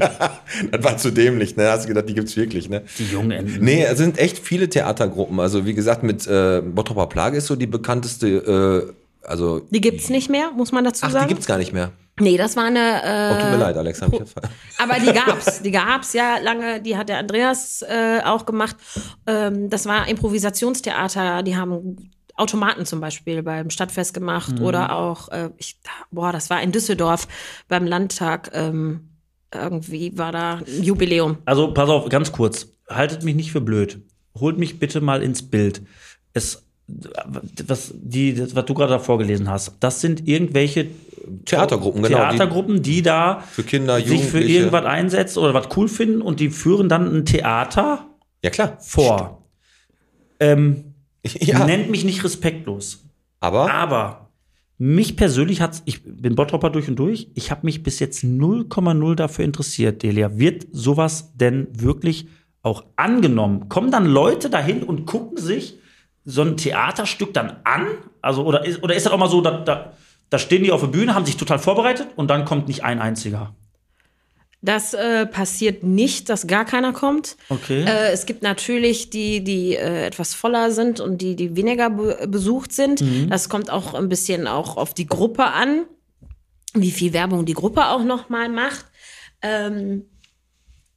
S2: Das war zu dämlich, ne? Hast du gedacht, die gibt es wirklich, ne?
S4: Die Jungenten.
S2: Nee, es sind echt viele Theatergruppen. Also, wie gesagt, mit äh, Bottroper Plage ist so die bekannteste, äh, also.
S6: die gibt's nicht mehr, muss man dazu
S2: Ach, die
S6: sagen.
S2: gibt's gar nicht mehr.
S6: nee, das war eine.
S2: Oh,
S6: Äh,
S2: tut mir leid, Alex, hab ich jetzt-
S6: Aber die gab's, die gab's ja lange, die hat der Andreas äh, auch gemacht. Ähm, das war Improvisationstheater, die haben Automaten zum Beispiel beim Stadtfest gemacht oder auch, äh, ich, boah, das war in Düsseldorf beim Landtag. Ähm, irgendwie war da ein Jubiläum.
S4: Also, pass auf, ganz kurz. Haltet mich nicht für blöd. Holt mich bitte mal ins Bild. Es, was, die, das, was du gerade da vorgelesen hast, das sind irgendwelche
S2: Theatergruppen, genau.
S4: Theatergruppen, die da
S2: Für Kinder,
S4: sich für
S2: Jugendliche.
S4: irgendwas einsetzen oder was cool finden und die führen dann ein Theater
S2: Die, ja, klar.
S4: vor. Ähm,
S2: Ja.
S4: Nennt mich nicht respektlos.
S2: Aber
S4: Aber mich persönlich hat's, ich bin Bottropper durch und durch, ich habe mich bis jetzt 0,0 dafür interessiert, Delia. Wird sowas denn wirklich auch angenommen? Kommen dann Leute dahin und gucken sich so ein Theaterstück dann an? Also, oder ist, oder ist das auch mal so, da, da, da stehen die auf der Bühne, haben sich total vorbereitet und dann kommt nicht ein einziger?
S6: Das äh, passiert nicht, dass gar keiner kommt.
S4: Okay.
S6: Äh, es gibt natürlich die, die äh, etwas voller sind und die, die weniger be besucht sind. Das kommt auch ein bisschen auch auf die Gruppe an, wie viel Werbung die Gruppe auch nochmal macht. Ähm,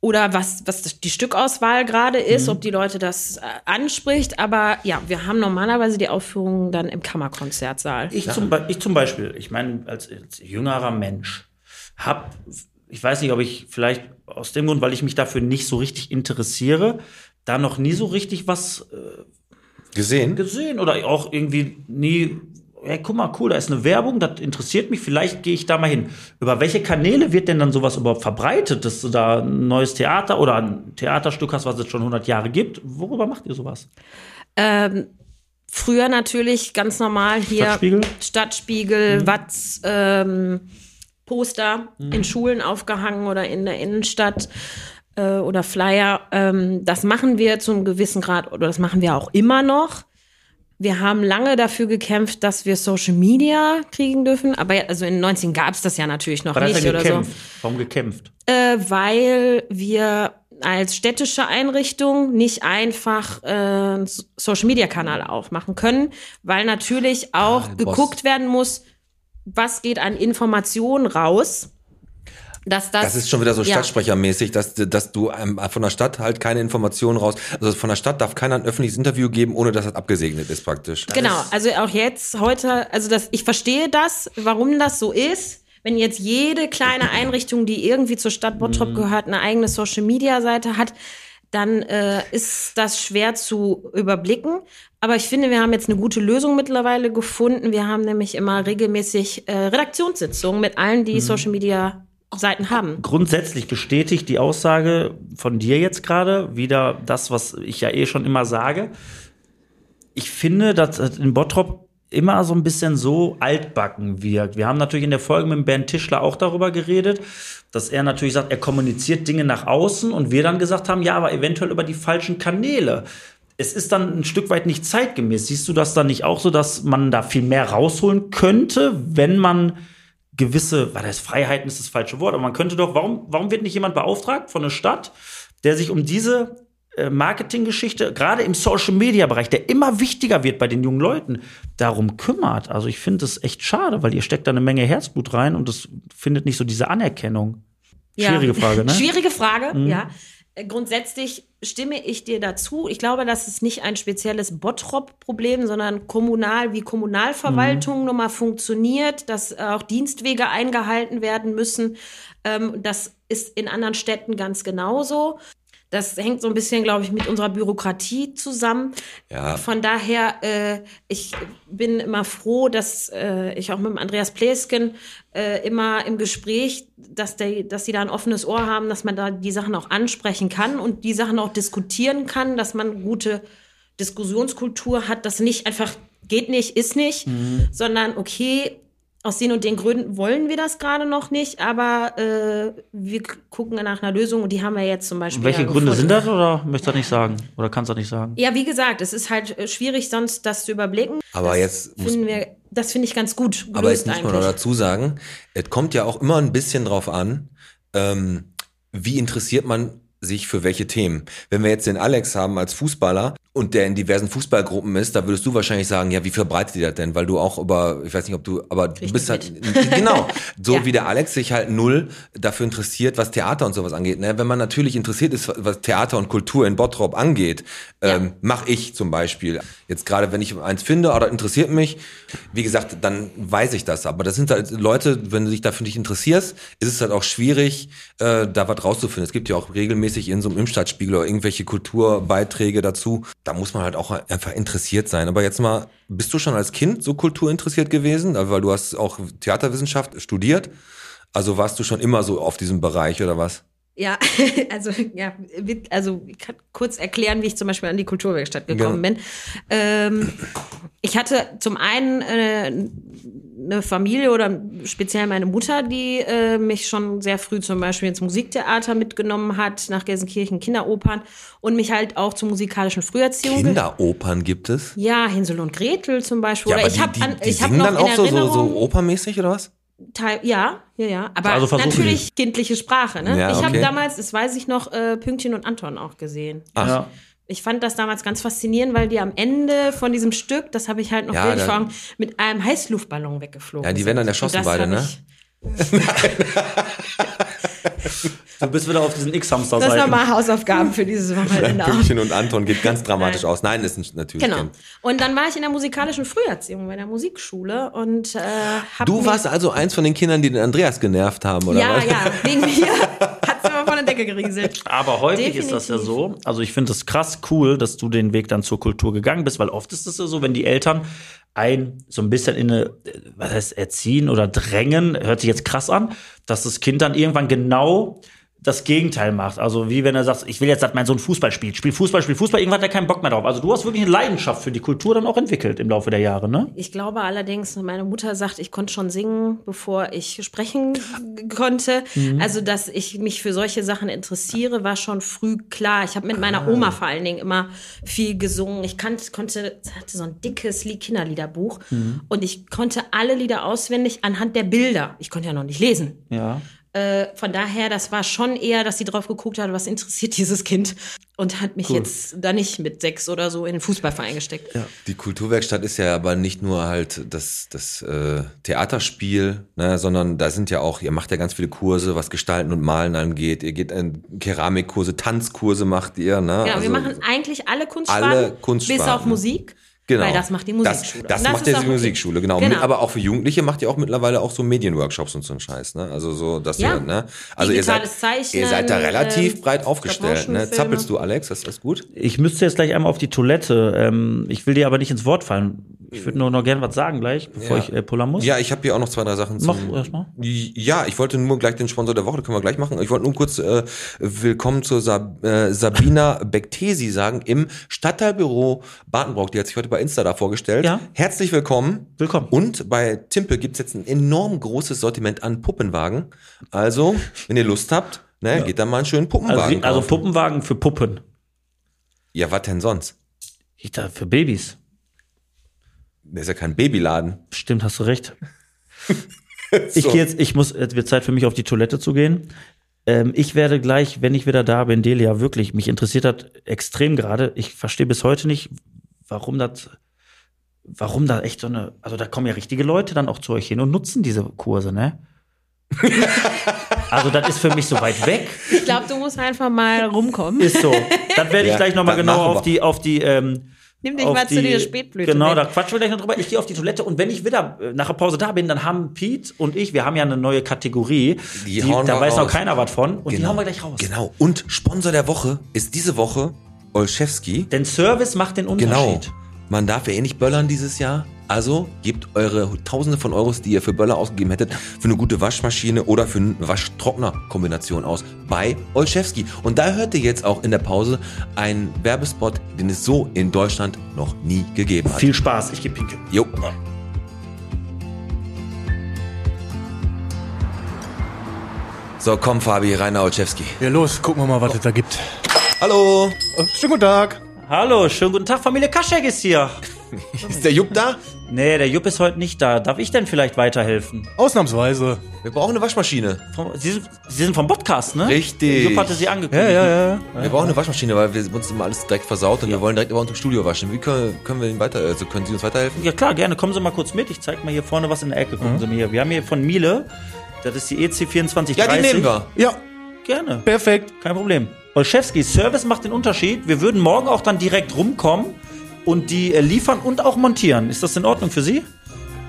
S6: oder was, was das- die Stückauswahl gerade ist, ob die Leute das äh, anspricht. Aber ja, wir haben normalerweise die Aufführungen dann im Kammerkonzertsaal.
S4: Ich, zum, Be- ich zum Beispiel, ich meine, als, als jüngerer Mensch hab, ich weiß nicht, ob ich vielleicht aus dem Grund, weil ich mich dafür nicht so richtig interessiere, da noch nie so richtig was äh,
S2: gesehen.
S4: gesehen oder auch irgendwie nie, hey, guck mal, cool, da ist eine Werbung, das interessiert mich, vielleicht gehe ich da mal hin. Über welche Kanäle wird denn dann sowas überhaupt verbreitet, dass du da ein neues Theater oder ein Theaterstück hast, was es schon 100 Jahre gibt? Worüber macht ihr sowas?
S6: Früher natürlich ganz normal hier
S4: Stadtspiegel? Mhm.
S6: Stadtspiegel, Watz, ähm, Poster in Schulen aufgehangen oder in der Innenstadt äh, oder Flyer. Ähm, das machen wir zu einem gewissen Grad oder das machen wir auch immer noch. Wir haben lange dafür gekämpft, dass wir Social Media kriegen dürfen. Aber ja- also in den 90 gab es das ja natürlich noch
S4: Aber das
S6: nicht
S4: ist ja
S6: oder so.
S4: gekämpft. Warum gekämpft?
S6: Äh, weil wir als städtische Einrichtung nicht einfach äh, einen Social Media Kanal aufmachen können, weil natürlich auch
S2: Ah, Boss.
S6: geguckt werden muss, was geht an Informationen raus. Dass das,
S2: Das ist schon wieder so
S6: ja.
S2: stadtsprechermäßig, dass, dass du ähm, von der Stadt halt keine Informationen raus. Also von der Stadt darf keiner ein öffentliches Interview geben, ohne dass das abgesegnet ist praktisch.
S6: Genau, also auch jetzt, heute, also das, ich verstehe das, warum das so ist. Wenn jetzt jede kleine Einrichtung, die irgendwie zur Stadt Bottrop gehört, eine eigene Social-Media-Seite hat, dann äh, ist das schwer zu überblicken. Aber ich finde, wir haben jetzt eine gute Lösung mittlerweile gefunden. Wir haben nämlich immer regelmäßig äh, Redaktionssitzungen mit allen, die Social-Media-Seiten haben.
S4: Grundsätzlich bestätigt die Aussage von dir jetzt gerade wieder das, was ich ja eh schon immer sage. Ich finde, dass es in Bottrop immer so ein bisschen so altbacken wirkt. Wir haben natürlich in der Folge mit dem Bernd Tischler auch darüber geredet, dass er natürlich sagt, er kommuniziert Dinge nach außen und wir dann gesagt haben, ja, aber eventuell über die falschen Kanäle. Es ist dann ein Stück weit nicht zeitgemäß. Siehst du das dann nicht auch so, dass man da viel mehr rausholen könnte, wenn man gewisse, weil das Freiheiten ist das falsche Wort, aber man könnte doch, warum, warum wird nicht jemand beauftragt von der Stadt, der sich um diese äh, Marketinggeschichte, gerade im Social-Media-Bereich, der immer wichtiger wird bei den jungen Leuten, darum kümmert. Also ich finde es echt schade, weil ihr steckt da eine Menge Herzblut rein und es findet nicht so diese Anerkennung. Schwierige Frage, ne?
S6: Schwierige Frage, ja. Äh, Grundsätzlich stimme ich dir dazu. Ich glaube, das ist nicht ein spezielles Bottrop-Problem, sondern kommunal, wie
S4: Mhm.
S6: Kommunalverwaltung nun mal funktioniert, dass äh, auch Dienstwege eingehalten werden müssen. Ähm, das ist in anderen Städten ganz genauso. Das hängt so ein bisschen, glaube ich, mit unserer Bürokratie zusammen.
S2: Ja.
S6: Von daher, äh, ich bin immer froh, dass äh, ich auch mit dem Andreas Plesken äh, immer im Gespräch, dass, der, dass sie da ein offenes Ohr haben, dass man da die Sachen auch ansprechen kann und die Sachen auch diskutieren kann, dass man gute Diskussionskultur hat, dass nicht einfach geht nicht, ist nicht, sondern okay, aus den und den Gründen wollen wir das gerade noch nicht, aber äh, wir k- gucken nach einer Lösung und die haben wir jetzt zum Beispiel.
S4: Welche
S6: ja
S4: Gründe
S6: gefunden.
S4: sind das oder möchtest du das nicht sagen? Oder kannst du das nicht sagen?
S6: Ja, wie gesagt, es ist halt äh, schwierig, sonst das zu überblicken.
S2: Aber
S6: das
S2: jetzt muss-
S6: finden wir, das finde ich ganz gut. Gelöst
S2: Aber jetzt muss man
S6: eigentlich.
S2: noch dazu sagen, es kommt ja auch immer ein bisschen drauf an, ähm, wie interessiert man sich für welche Themen. Wenn wir jetzt den Alex haben als Fußballer und der in diversen Fußballgruppen ist, da würdest du wahrscheinlich sagen, ja, wie verbreitet ihr das denn? Weil du auch über, ich weiß nicht, ob du, aber du
S6: ich
S2: bist
S6: nicht
S2: halt, genau, so
S6: Ja.
S2: wie der Alex sich halt null dafür interessiert, was Theater und sowas angeht. Ne? Wenn man natürlich interessiert ist, was Theater und Kultur in Bottrop angeht, ähm, mache ich zum Beispiel. Jetzt gerade, wenn ich eins finde oder interessiert mich, wie gesagt, dann weiß ich das. Aber das sind halt Leute, wenn du dich dafür nicht interessierst, ist es halt auch schwierig, äh, da was rauszufinden. Es gibt ja auch regelmäßig in so einem Impfstadtspiegel oder irgendwelche Kulturbeiträge dazu. Da muss man halt auch einfach interessiert sein. Aber jetzt mal, bist du schon als Kind so kulturinteressiert gewesen? Also, Weil du hast auch Theaterwissenschaft studiert. Also warst du schon immer so auf diesem Bereich oder was?
S6: Ja, also, ja, wit- also ich kann kurz erklären, wie ich zum Beispiel an die Kulturwerkstatt gekommen
S2: Ja.
S6: bin. Ähm, ich hatte zum einen äh, eine Familie oder speziell meine Mutter, die äh, mich schon sehr früh zum Beispiel ins Musiktheater mitgenommen hat, nach Gelsenkirchen Kinderopern und mich halt auch zur musikalischen Früherziehung. ge-
S2: Kinderopern gibt es?
S6: Ja, Hinsel und Gretel zum Beispiel. oder ich habe
S2: die, die
S6: ich hab
S2: singen
S6: noch
S2: dann
S6: in
S2: auch so, so,
S6: Erinnerung,
S2: so opermäßig oder was?
S6: Teil, ja, ja, ja. Aber
S4: Also versuchen
S6: natürlich kindliche Sprache. Ne?
S2: Ja,
S6: Ich habe
S2: okay.
S6: damals, das weiß ich noch, äh, Pünktchen und Anton auch gesehen.
S2: Ach,
S4: Ja.
S6: Ich fand das damals ganz faszinierend, weil die am Ende von diesem Stück, das habe ich halt noch
S2: Ja,
S6: wirklich
S2: da-
S6: vor Augen, mit einem Heißluftballon weggeflogen.
S2: Ja, die werden dann
S6: sind.
S2: erschossen
S6: Und das
S2: beide,
S6: hab
S2: ne?
S6: ich-
S4: Du bist wieder auf diesen
S6: Das
S4: X-Hamster-Seiten.
S6: nochmal Hausaufgaben für dieses Wochenende. auch.
S2: Pünktchen und Anton geht ganz dramatisch aus. Nein, ist nicht- natürlich
S6: Genau.
S2: Kind.
S6: Und dann war ich in der musikalischen Früherziehung bei der Musikschule und äh, hab
S2: Du
S6: mich-
S2: warst also eins von den Kindern, die den Andreas genervt haben, oder
S6: ja,
S2: was?
S6: ja, wegen mir hat es immer von der Decke gerieselt.
S4: Aber häufig ist das ja so.
S6: Definitiv.
S4: Also ich finde es krass cool, dass du den Weg dann zur Kultur gegangen bist, weil oft ist es ja so, wenn die Eltern ein so ein bisschen in eine, äh, was heißt, erziehen oder drängen, hört sich jetzt krass an, dass das Kind dann irgendwann genau das Gegenteil macht. Also wie wenn er sagt, ich will jetzt, dass mein Sohn Fußball spielt. Spiel Fußball, spiel Fußball, irgendwann hat er keinen Bock mehr drauf. Also du hast wirklich eine Leidenschaft für die Kultur dann auch entwickelt im Laufe der Jahre, ne?
S6: Ich glaube allerdings, meine Mutter sagt, ich konnte schon singen, bevor ich sprechen g- konnte.
S2: Mhm.
S6: Also, dass ich mich für solche Sachen interessiere, war schon früh klar. Ich habe mit
S2: Ah.
S6: meiner Oma vor allen Dingen immer viel gesungen. Ich kan- konnte, sie hatte so ein dickes Lied- Kinderliederbuch
S2: Mhm.
S6: und ich konnte alle Lieder auswendig anhand der Bilder. Ich konnte ja noch nicht lesen.
S4: Ja.
S6: Äh, von daher, das war schon eher, dass sie drauf geguckt hat, was interessiert dieses Kind und hat mich jetzt da nicht mit sechs oder so in den Fußballverein gesteckt.
S2: Die Kulturwerkstatt ist ja aber nicht nur halt das, das äh, Theaterspiel, ne, sondern da sind ja auch, ihr macht ja ganz viele Kurse, was Gestalten und Malen angeht. Ihr geht in Keramikkurse, Tanzkurse macht ihr. Ne?
S6: Genau, wir
S2: Also-
S6: machen eigentlich alle Kunstsparten,
S2: Alle Kunstsparten.
S6: bis auf Musik,
S2: Genau.
S6: weil das macht die Musikschule.
S2: Das,
S6: Und
S2: das macht
S6: ist
S2: ja
S6: auch
S2: die
S6: okay.
S2: Musikschule, genau.
S6: Genau.
S2: Mit, aber auch für Jugendliche macht ihr auch mittlerweile auch so Medienworkshops und so einen Scheiß, ne? Also so, dass
S6: Ja.
S2: ihr, ne? Also ihr seid,
S6: Digitales Zeichnen,
S2: ihr seid da relativ
S6: ähm,
S2: breit aufgestellt, ne?
S6: Stop-Motion-Filme.
S2: Zappelst du, Alex? Ist das gut?
S4: Ich müsste jetzt gleich einmal auf die Toilette. Ähm, ich will dir aber nicht ins Wort fallen. Ich würde nur noch gern was sagen gleich, bevor
S2: Ja.
S4: ich äh, pullern muss.
S2: Ja, ich habe hier auch noch zwei, drei Sachen zu.
S4: Mach erstmal.
S2: Ja, ich wollte nur gleich den Sponsor der Woche, können wir gleich machen. Ich wollte nur kurz äh, willkommen zur Sab äh, Sabina Bektesi sagen im Stadtteilbüro Badenbrock. Die hat sich heute bei Insta da vorgestellt.
S4: Ja.
S2: Herzlich willkommen.
S4: Willkommen.
S2: Und bei Timpe gibt's jetzt ein enorm großes Sortiment an Puppenwagen. Also, wenn ihr Lust habt, ne, geht da mal einen schönen Puppenwagen.
S4: Also, wie- also
S2: kaufen.
S4: Puppenwagen für Puppen.
S2: ja, was denn sonst?
S4: Ich dachte, für Babys.
S2: Der ist ja kein Babyladen.
S4: Stimmt, hast du recht. Ich gehe jetzt, ich muss, es wird Zeit für mich auf die Toilette zu gehen. Ähm, ich werde gleich, wenn ich wieder da bin, Delia, wirklich, mich interessiert hat extrem gerade. Ich verstehe bis heute nicht, warum das, warum da echt so eine, also da kommen ja richtige Leute dann auch zu euch hin und nutzen diese Kurse, ne? also das ist für mich so weit weg.
S6: Ich glaube, du musst einfach mal rumkommen.
S4: Ist so. Dann werde ich
S2: Ja,
S4: gleich nochmal
S2: dann
S4: genau
S2: machen wir.
S4: auf die, auf die, ähm,
S6: Nimm dich
S4: auf
S6: mal zu
S4: die-
S6: dieser Spätblüte.
S4: Genau,
S6: mit.
S4: da quatschen wir gleich noch drüber. Ich gehe auf die Toilette und wenn ich wieder äh, nach der Pause da bin, dann haben Pete und ich, wir haben ja eine neue Kategorie.
S2: Die hauen
S4: da
S2: wir
S4: weiß noch
S2: raus.
S4: keiner was von und die hauen wir gleich raus.
S2: Genau. Und Sponsor der Woche ist diese Woche Olszewski.
S4: Denn Service macht den
S2: Genau.
S4: Unterschied.
S2: Man darf ja eh nicht böllern dieses Jahr. Also gebt eure Tausende von Euros, die ihr für Böller ausgegeben hättet, für eine gute Waschmaschine oder für eine Waschtrockner-Kombination aus bei Olszewski. Und da hört ihr jetzt auch in der Pause einen Werbespot, den es so in Deutschland noch nie gegeben hat.
S4: Viel Spaß, ich gebe pinkeln.
S2: Jo. So, komm Fabi, Rainer Olszewski.
S7: Ja, los, gucken wir mal, was es da gibt.
S2: Hallo,
S7: Oh, schönen guten Tag.
S4: Hallo, schönen guten Tag, Familie Kaschek ist hier.
S2: ist der Jupp da?
S4: Nee, der Jupp ist heute nicht da. Darf ich denn vielleicht weiterhelfen?
S7: Ausnahmsweise.
S2: Wir brauchen eine Waschmaschine.
S4: Vom- Sie sind, Sie sind vom Podcast, ne?
S2: Richtig.
S4: Jupp hatte Sie angekündigt.
S7: ja.
S2: Wir brauchen eine Waschmaschine, weil wir uns immer alles direkt versaut und wir wollen direkt aber unter dem Studio waschen. Wie können, können wir Ihnen weiter, also können Sie uns weiterhelfen?
S4: Ja klar, gerne. Kommen Sie mal kurz mit. Ich zeig mal hier vorne was in der Ecke.
S2: Mhm.
S4: Gucken Sie mal hier. Wir haben hier von Miele. Das ist die E EC2430.
S2: Ja, die nehmen wir.
S7: Ja,
S4: Gerne.
S7: perfekt.
S4: Kein Problem. Olszewski, Service macht den Unterschied. Wir würden morgen auch dann direkt rumkommen und die äh, liefern und auch montieren. Ist das in Ordnung für Sie?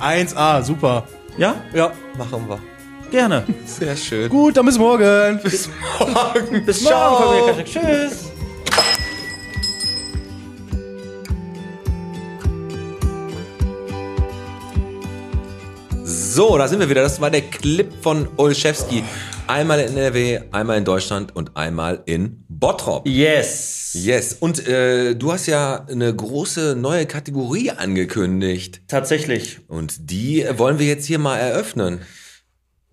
S7: 1A, super.
S4: Ja?
S7: Ja.
S2: Machen wir.
S4: Gerne.
S2: Sehr schön.
S7: Gut, dann bis morgen.
S4: Bis morgen, Familie Kaschek. Tschüss.
S2: So, da sind wir wieder. Das war der Clip von Olszewski. Einmal in NRW, einmal in Deutschland und einmal in Bottrop.
S4: Yes.
S2: Yes. Und äh, du hast ja eine große neue Kategorie angekündigt.
S4: Tatsächlich.
S2: Und die wollen wir jetzt hier mal eröffnen.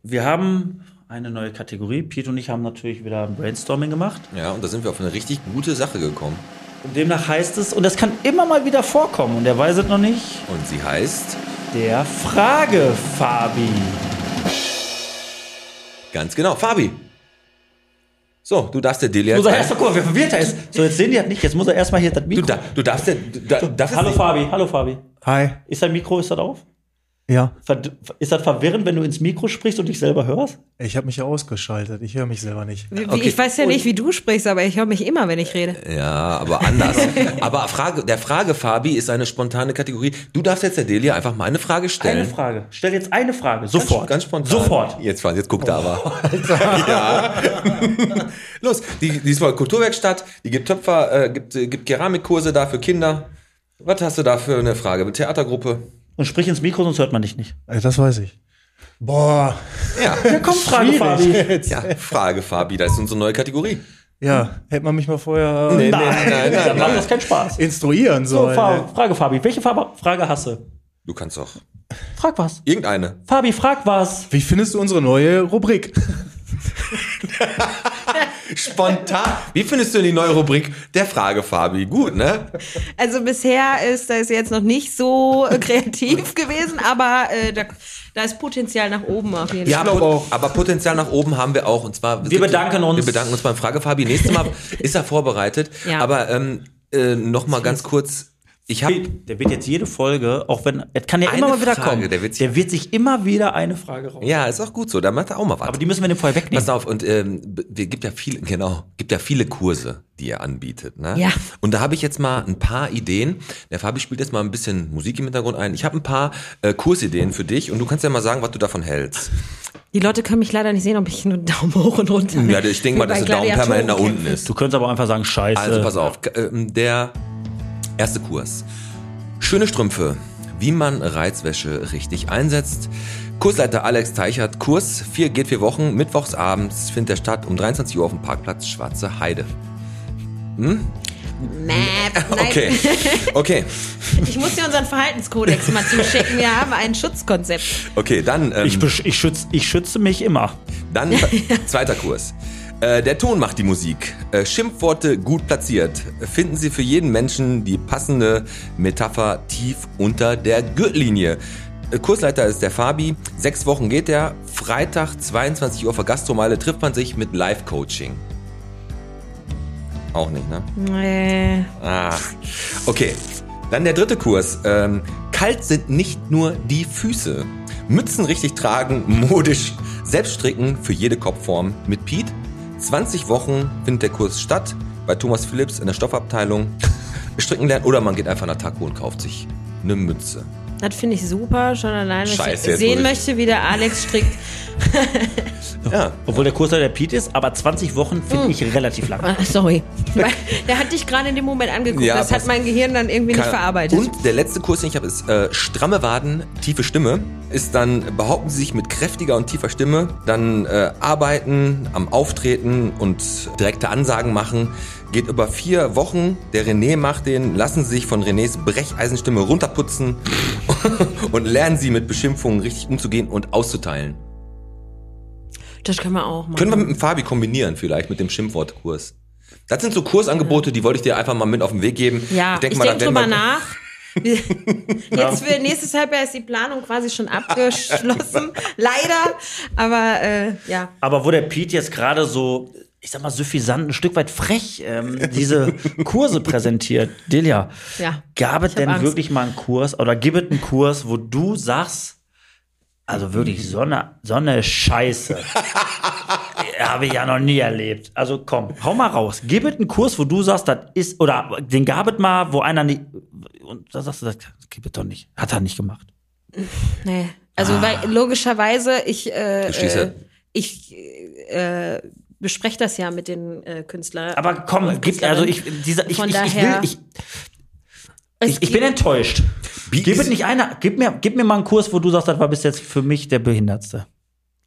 S4: Wir haben eine neue Kategorie. Pete und ich haben natürlich wieder ein Brainstorming gemacht.
S2: Ja, und da sind wir auf eine richtig gute Sache gekommen.
S4: Und demnach heißt es, und das kann immer mal wieder vorkommen, und er weiß es noch nicht,
S2: Und sie heißt
S4: der Frage, Fabi.
S2: ganz genau Fabi. So, du darfst der Delia
S4: Muss
S2: jetzt
S4: er
S2: ein-
S4: erst mal gucken, wer verwirrt er ist. So, jetzt sehen die das nicht. Jetzt muss er erst mal hier das
S2: Du,
S4: Mikro.
S2: da, du darfst ja. Du, da, darfst
S4: hallo
S2: nicht-
S4: Fabi, hallo Fabi.
S7: Hi.
S4: Ist dein Mikro, ist das auf?
S7: Ja.
S4: Verd- Ist das verwirrend, wenn du ins Mikro sprichst und dich selber hörst?
S7: Ich habe mich ja ausgeschaltet. Ich höre mich selber nicht.
S6: Wie- Ich weiß ja nicht, wie du sprichst, aber ich höre mich immer, wenn ich rede.
S2: Ja, aber anders. aber Frage, der Frage, Fabi, ist eine spontane Kategorie. Du darfst jetzt der Delia einfach mal eine Frage stellen.
S4: Eine Frage. Stell jetzt eine Frage. Sofort.
S2: Ganz spontan.
S4: Sofort.
S2: Jetzt, Franz, jetzt guckt er aber. Oh. ja. Los, die, diesmal Kulturwerkstatt, die gibt Töpfer, äh, gibt, äh, gibt Keramikkurse da für Kinder. Was hast du da für eine Frage? Mit Theatergruppe?
S4: Und sprich ins Mikro, sonst hört man dich nicht.
S7: Äh, Das weiß ich. Boah.
S2: Ja.
S4: Komm, Frage,
S7: Schwierig.
S4: Fabi.
S2: ja, Frage, Fabi, das ist unsere neue Kategorie.
S7: Ja, hätte man mich mal vorher äh,
S2: nein, nein,
S4: Dann macht das keinen Spaß.
S7: instruieren
S4: So,
S7: sollen.
S4: Fa Frage, Fabi. Welche Fa Frage hast du?
S2: Du kannst doch.
S4: Frag was.
S2: Irgendeine.
S4: Fabi, frag was.
S7: Wie findest du unsere neue Rubrik?
S2: Spontan. Wie findest du die neue Rubrik der Frage, Fabi? Gut, ne?
S6: Also bisher ist das jetzt noch nicht so äh, kreativ gewesen, aber äh, da, da ist Potenzial nach oben auf jeden
S2: Ja,
S6: Fall.
S2: pot aber Potenzial nach oben haben wir auch. Und zwar
S4: Wir bedanken uns.
S2: Wir bedanken uns beim Frage Fabi. Nächstes Mal ist er vorbereitet.
S6: Ja.
S2: Aber ähm, äh, noch mal ganz kurz. Ich habe
S4: Der wird jetzt jede Folge, auch wenn, er kann ja
S2: Eine
S4: immer mal wieder
S2: Frage,
S4: kommen.
S2: der wird sich-
S4: sich immer wieder eine Frage raus.
S2: ja, ist auch gut so. Da macht er auch mal was.
S4: Aber die müssen wir dem vorher wegnehmen.
S2: Pass auf, und ähm, b- wir gibt ja viele, genau, gibt ja viele Kurse, die er anbietet. Ne?
S6: Ja.
S2: Und da habe ich jetzt mal ein paar Ideen. Der Fabi spielt jetzt mal ein bisschen Musik im Hintergrund ein. Ich habe ein paar äh, Kursideen für dich und du kannst ja mal sagen, was du davon hältst.
S6: Die Leute können mich leider nicht sehen, ob ich nur Daumen hoch und runter.
S2: Ja, ich denke mal, dass
S6: Wie
S2: der
S6: bei
S2: Daumen permanent nach
S6: Gladiatoren
S2: unten ist.
S4: Du könntest aber einfach sagen, scheiße.
S2: Also pass auf, K- ähm, der erste Kurs. Schöne Strümpfe, wie man Reizwäsche richtig einsetzt. Kursleiter Alex Teichert, Kurs 4 geht 4 Wochen, mittwochs abends findet der statt um 23 Uhr auf dem Parkplatz Schwarze Heide.
S6: Mäh, nein.
S2: Okay, okay,
S6: Ich muss dir unseren Verhaltenskodex mal zuschicken. Wir haben ein Schutzkonzept.
S2: okay, dann, ähm,
S4: ich, besch- ich, schütz, ich schütze mich immer.
S2: dann zweiter Kurs. Äh, der Ton macht die Musik. Äh, Schimpfworte gut platziert. Finden Sie für jeden Menschen die passende Metapher tief unter der Gürtellinie. Äh, Kursleiter ist der Fabi. Sechs Wochen geht er. Freitag, 22 Uhr für Gastromeile trifft man sich mit Live-Coaching. Auch nicht, ne?
S6: Äh,
S2: Ah, okay. Dann der dritte Kurs. Ähm, kalt sind nicht nur die Füße. Mützen richtig tragen, modisch. Selbst stricken für jede Kopfform mit Piet. 20 Wochen findet der Kurs statt bei Thomas Philips in der Stoffabteilung. Stricken lernen oder man geht einfach nach Taco und kauft sich eine Mütze.
S6: das finde ich super. Schon allein, wenn
S2: Scheiße,
S6: ich
S2: jetzt
S6: sehen
S2: muss ich-
S6: möchte, wie der Alex strickt.
S2: Ja,
S4: Obwohl der Kursleiter der Pete ist, aber 20 Wochen finde ich relativ lang.
S6: Ah, sorry. Weil Der hat dich gerade in dem Moment angeguckt.
S2: Ja,
S6: das
S2: pass-
S6: hat mein Gehirn dann irgendwie nicht
S2: Kann-
S6: verarbeitet.
S2: Und der letzte Kurs, den ich habe, ist äh, stramme Waden, tiefe Stimme. Ist dann, behaupten Sie sich mit kräftiger und tiefer Stimme, dann äh, arbeiten, am Auftreten und direkte Ansagen machen. Geht über vier Wochen, der René macht den, lassen Sie sich von Renés Brecheisenstimme runterputzen und lernen Sie mit Beschimpfungen richtig umzugehen und auszuteilen.
S6: Das können wir auch machen.
S2: Können wir mit dem Fabi kombinieren vielleicht, mit dem Schimpfwortkurs. Das sind so Kursangebote, die wollte ich dir einfach mal mit auf den Weg geben.
S6: Ja, ich
S2: denk
S6: denke
S2: mal, da werden
S6: denk drüber
S2: wir-
S6: nach. Wir- Jetzt für nächstes Halbjahr ist die Planung quasi schon abgeschlossen. Leider. Aber äh, ja.
S4: Aber wo der Pete jetzt gerade so, ich sag mal, suffisant, ein Stück weit frech ähm, diese Kurse präsentiert, Delia,
S6: Ja,
S4: gab es
S6: ich hab
S4: denn
S6: Angst.
S4: wirklich mal einen Kurs oder gibt es einen Kurs, wo du sagst, also wirklich so eine, so eine Scheiße. Habe ich ja noch nie erlebt. Also komm, hau mal raus. Gib es einen Kurs, wo du sagst, das ist, oder den gab es mal, wo einer nicht, und da sagst du, das gibt es doch nicht. Hat er nicht gemacht.
S6: Nee. Also weil logischerweise, ich, äh,
S2: Verstehst du?
S6: äh, ich äh, bespreche das ja mit den äh, Künstlern.
S4: Aber komm, gib, also ich, dieser, ich,
S6: Von
S4: ich, ich will,
S6: daher-
S4: ich,
S6: Es
S4: Ich, ich bin
S6: gibt-
S4: enttäuscht. Gib es nicht einer. Gib mir, gib mir mal einen Kurs, wo du sagst, das war bis jetzt für mich der Behindertste.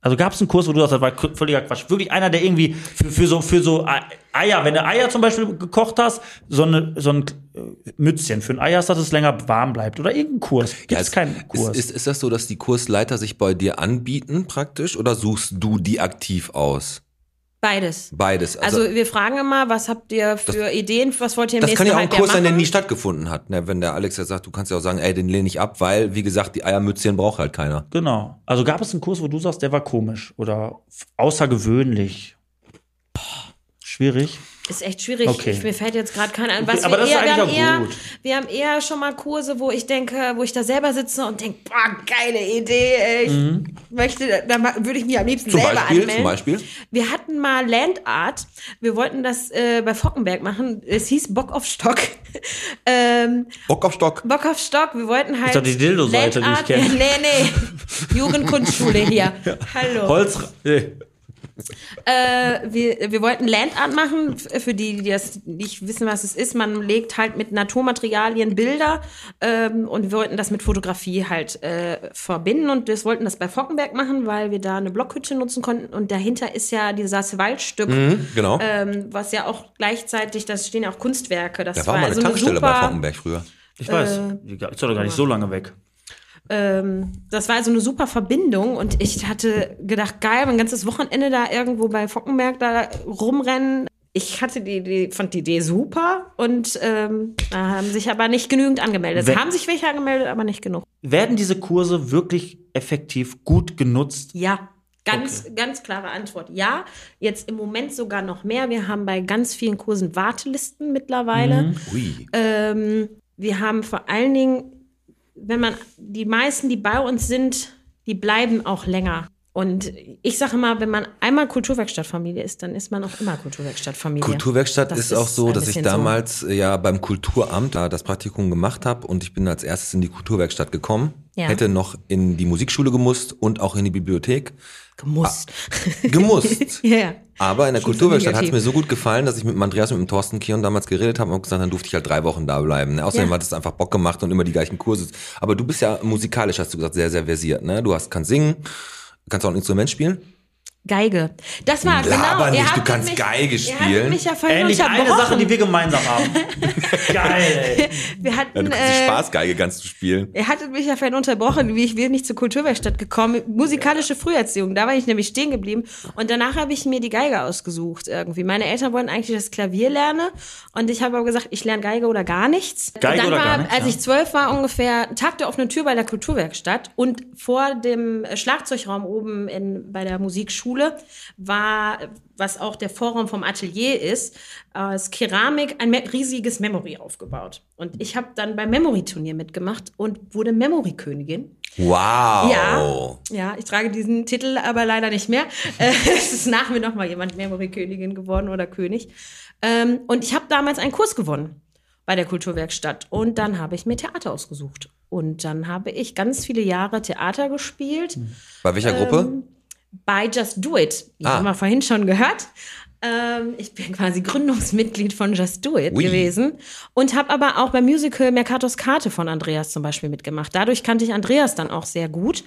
S4: Also gab es einen Kurs, wo du sagst, das war k- völliger Quatsch. Wirklich einer, der irgendwie für, für so für so Ei- Eier, wenn du Eier zum Beispiel gekocht hast, so, eine, so ein äh, Mützchen für ein Ei hast, dass es länger warm bleibt. Oder irgendeinen Kurs. Gibt es keinen Kurs.
S2: Ist, ist, ist das so, dass die Kursleiter sich bei dir anbieten praktisch oder suchst du die aktiv aus?
S6: Beides.
S2: Beides.
S6: Also, wir fragen immer, was habt ihr für Ideen, was wollt ihr im
S2: das
S6: nächsten
S2: kann ja auch ein
S6: Halbjahr
S2: Kurs sein, der
S6: machen?
S2: nie stattgefunden hat. Ne, wenn der Alex ja sagt, du kannst ja auch sagen, ey, den lehne ich ab, weil, wie gesagt, die Eiermützchen braucht halt keiner.
S4: genau. Also gab es einen Kurs, wo du sagst, der war komisch oder f- außergewöhnlich. Schwierig.
S6: Ist echt schwierig.
S4: Okay.
S6: Ich, mir fällt jetzt gerade keiner ein.
S4: Okay,
S6: Was
S4: aber
S6: wir
S4: das ist
S6: eher, wir, haben
S4: eigentlich auch
S6: eher,
S4: gut.
S6: wir haben eher schon mal Kurse, wo ich denke, wo ich da selber sitze und denke, boah, geile Idee, ey. ich möchte, da ma- würde ich mich am liebsten
S2: Zum
S6: selber
S2: Beispiel,
S6: anmelden.
S2: zum Beispiel.
S6: Wir hatten mal Land Art. Wir wollten das äh, bei Fockenberg machen. Es hieß Bock auf Stock. ähm,
S2: Bock auf Stock.
S6: Bock auf Stock. Wir wollten halt.
S4: dachte, die Dildo-Seite, die ich
S6: Land Art-
S4: kenne.
S6: Nee, nee. Jugendkunstschule hier. Hallo.
S4: Holz.
S6: Äh, wir, wir wollten Landart machen, f- für die, die das nicht wissen, was es ist. Man legt halt mit Naturmaterialien Bilder ähm, und wir wollten das mit Fotografie halt äh, verbinden und wir wollten das bei Fockenberg machen, weil wir da eine Blockhütte nutzen konnten und dahinter ist ja dieses Waldstück,
S4: Mhm.
S2: Genau.
S6: ähm, was ja auch gleichzeitig, das stehen ja auch Kunstwerke. Das
S2: da war mal eine
S6: also
S2: Tankstelle
S6: super,
S2: bei Falkenberg früher.
S4: Ich weiß. Ja, ist doch gar nicht so lange weg.
S6: ähm, das war also eine super Verbindung und ich hatte gedacht, geil, mein ganzes Wochenende da irgendwo bei Fockenberg da rumrennen. Ich hatte die Idee, fand die Idee super und ähm, da haben sich aber nicht genügend angemeldet. Es
S4: Wenn-
S6: haben sich welche angemeldet, aber nicht genug.
S4: Werden diese Kurse wirklich effektiv gut genutzt?
S6: Ja, ganz, ganz klare Antwort. Ja, jetzt im Moment sogar noch mehr. Wir haben bei ganz vielen Kursen Wartelisten
S2: Mhm.
S6: mittlerweile.
S2: Ui.
S6: Ähm, wir haben vor allen Dingen, wenn man die meisten, die bei uns sind, die bleiben auch länger. Und ich sage immer, wenn man einmal Kulturwerkstattfamilie ist, dann ist man auch immer Kulturwerkstattfamilie.
S2: Kulturwerkstatt
S6: Das
S2: ist auch so,
S6: ein
S2: dass ich
S6: bisschen so.
S2: damals äh, ja beim Kulturamt da das Praktikum gemacht habe und ich bin als erstes in die Kulturwerkstatt gekommen.
S6: Ja.
S2: Hätte noch in die Musikschule gemusst und auch in die Bibliothek
S6: gemusst.
S2: Ah. gemusst.
S6: Ja, ja.
S2: Aber in der
S6: Klingt so
S2: Kulturwerkstatt hat es
S6: negativ.
S2: mir so gut gefallen, dass ich mit dem Andreas und mit dem Thorsten Kion damals geredet habe und gesagt, dann durfte ich halt drei Wochen da bleiben. Ne? Außerdem
S6: Ja.
S2: hat es einfach Bock gemacht und immer die gleichen Kurse. Aber du bist ja musikalisch, hast du gesagt, sehr, sehr versiert. Ne? Du hast, kannst singen, kannst auch ein Instrument spielen.
S6: Geige. Das war
S2: Laber
S6: genau. ihr
S2: nicht, du
S6: habtet
S2: kannst
S6: mich,
S2: Geige
S6: ihr
S2: spielen.
S6: habtet mich ja vorhin
S4: Ähnlich eine
S6: unterbrochen.
S4: Sache, die wir gemeinsam haben. Geil, ey.
S6: wir
S2: Ja,
S6: hatten
S2: du kannst die
S6: äh,
S2: Spaßgeige ganz zu spielen.
S6: Er hatte mich ja vorhin unterbrochen, wie ich bin nicht zur Kulturwerkstatt gekommen. Musikalische Früherziehung, da war ich nämlich stehen geblieben. Und danach habe ich mir die Geige ausgesucht irgendwie. Meine Eltern wollten eigentlich dass ich Klavier lerne. Und ich habe aber gesagt, ich lerne Geige oder gar nichts.
S4: Geige
S6: und dann
S4: oder
S6: war,
S4: gar nichts,
S6: als
S4: ja.
S6: ich zwölf war ungefähr, ein Tag der offenen Tür bei der Kulturwerkstatt. Und vor dem Schlagzeugraum oben in, bei der Musikschule war, was auch der Vorraum vom Atelier ist, aus Keramik ein me- riesiges Memory aufgebaut. Und ich habe dann beim Memory-Turnier mitgemacht und wurde Memory-Königin.
S2: Wow.
S6: Ja, ja, ich trage diesen Titel aber leider nicht mehr. Äh, es ist nach mir nochmal jemand Memory-Königin geworden oder König. Ähm, und ich habe damals einen Kurs gewonnen bei der Kulturwerkstatt. Und dann habe ich mir Theater ausgesucht. Und dann habe ich ganz viele Jahre Theater gespielt
S2: Bei welcher Gruppe?
S6: Ähm, bei Just Do It. Die
S2: Ah.
S6: haben wir vorhin schon gehört. Ähm, ich bin quasi Gründungsmitglied von Just Do It
S2: Ui.
S6: gewesen und habe aber auch beim Musical Mercatos Karte von Andreas zum Beispiel mitgemacht. Dadurch kannte ich Andreas dann auch sehr gut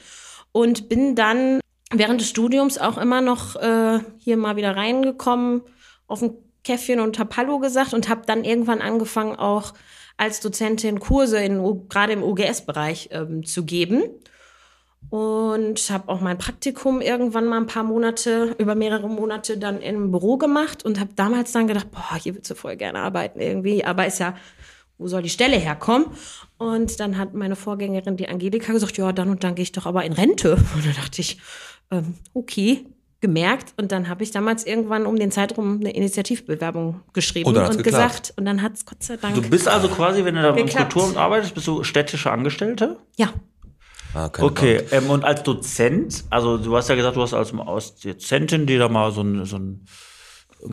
S6: und bin dann während des Studiums auch immer noch äh, hier mal wieder reingekommen auf ein Käffchen und hab Hallo gesagt und habe dann irgendwann angefangen auch als Dozentin Kurse in U- gerade im OGS-Bereich ähm, zu geben und habe auch mein Praktikum irgendwann mal ein paar Monate, über mehrere Monate dann im Büro gemacht und habe damals dann gedacht, boah, hier willst du voll gerne arbeiten irgendwie, aber ist ja, wo soll die Stelle herkommen? Und dann hat meine Vorgängerin, die Angelika, gesagt, ja, dann und dann gehe ich doch aber in Rente. Und da dachte ich, ähm, okay, gemerkt. Und dann habe ich damals irgendwann um den Zeitraum eine Initiativbewerbung geschrieben
S2: Und
S6: und,
S2: Oh, dann hat's geklappt.
S6: gesagt, und dann hat es Gott sei Dank,
S4: Du bist also quasi, wenn du da im
S6: Geklappt.
S4: Kulturamt arbeitest, bist du städtische Angestellte?
S6: ja,
S2: Ah, keine
S4: Okay, ähm, und als Dozent, also du hast ja gesagt, du hast als, als Dozentin dir da mal so einen so einen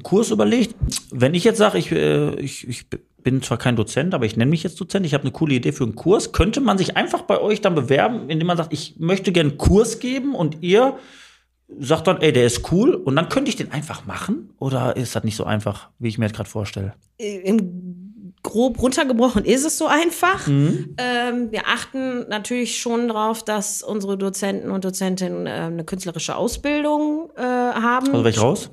S4: Kurs überlegt. Wenn ich jetzt sage, ich, äh, ich, ich bin zwar kein Dozent, aber ich nenne mich jetzt Dozent, ich habe eine coole Idee für einen Kurs, könnte man sich einfach bei euch dann bewerben, indem man sagt, ich möchte gerne einen Kurs geben und ihr sagt dann, ey, der ist cool und dann könnte ich den einfach machen? Oder ist das nicht so einfach, wie ich mir das gerade vorstelle?
S6: äh, im grob runtergebrochen ist es so einfach. Ähm, wir achten natürlich schon darauf, dass unsere Dozenten und Dozentinnen äh, eine künstlerische Ausbildung äh, haben.
S4: Also wäre ich raus?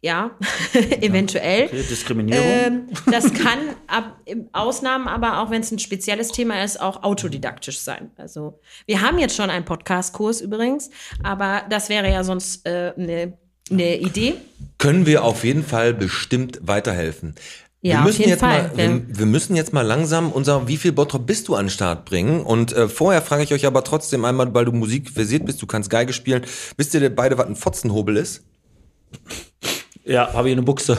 S6: Ja, eventuell.
S4: Okay, Diskriminierung.
S6: Ähm, das kann ab, im Ausnahmen aber auch, wenn es ein spezielles Thema ist, auch autodidaktisch sein. Also wir haben jetzt schon einen Podcast-Kurs übrigens, aber das wäre ja sonst äh, eine eine Idee.
S2: können wir auf jeden Fall bestimmt weiterhelfen.
S6: Ja,
S2: wir
S6: auf
S2: müssen
S6: jeden
S2: jetzt
S6: Fall.
S2: mal, wir, wir müssen jetzt mal langsam unser, wie viel Bottrop bist du an den Start bringen? Und äh, vorher frage ich euch aber trotzdem einmal, weil du Musik versiert bist, du kannst Geige spielen. Wisst ihr denn beide, was ein Fotzenhobel ist?
S4: ja, habe ich eine Buchse.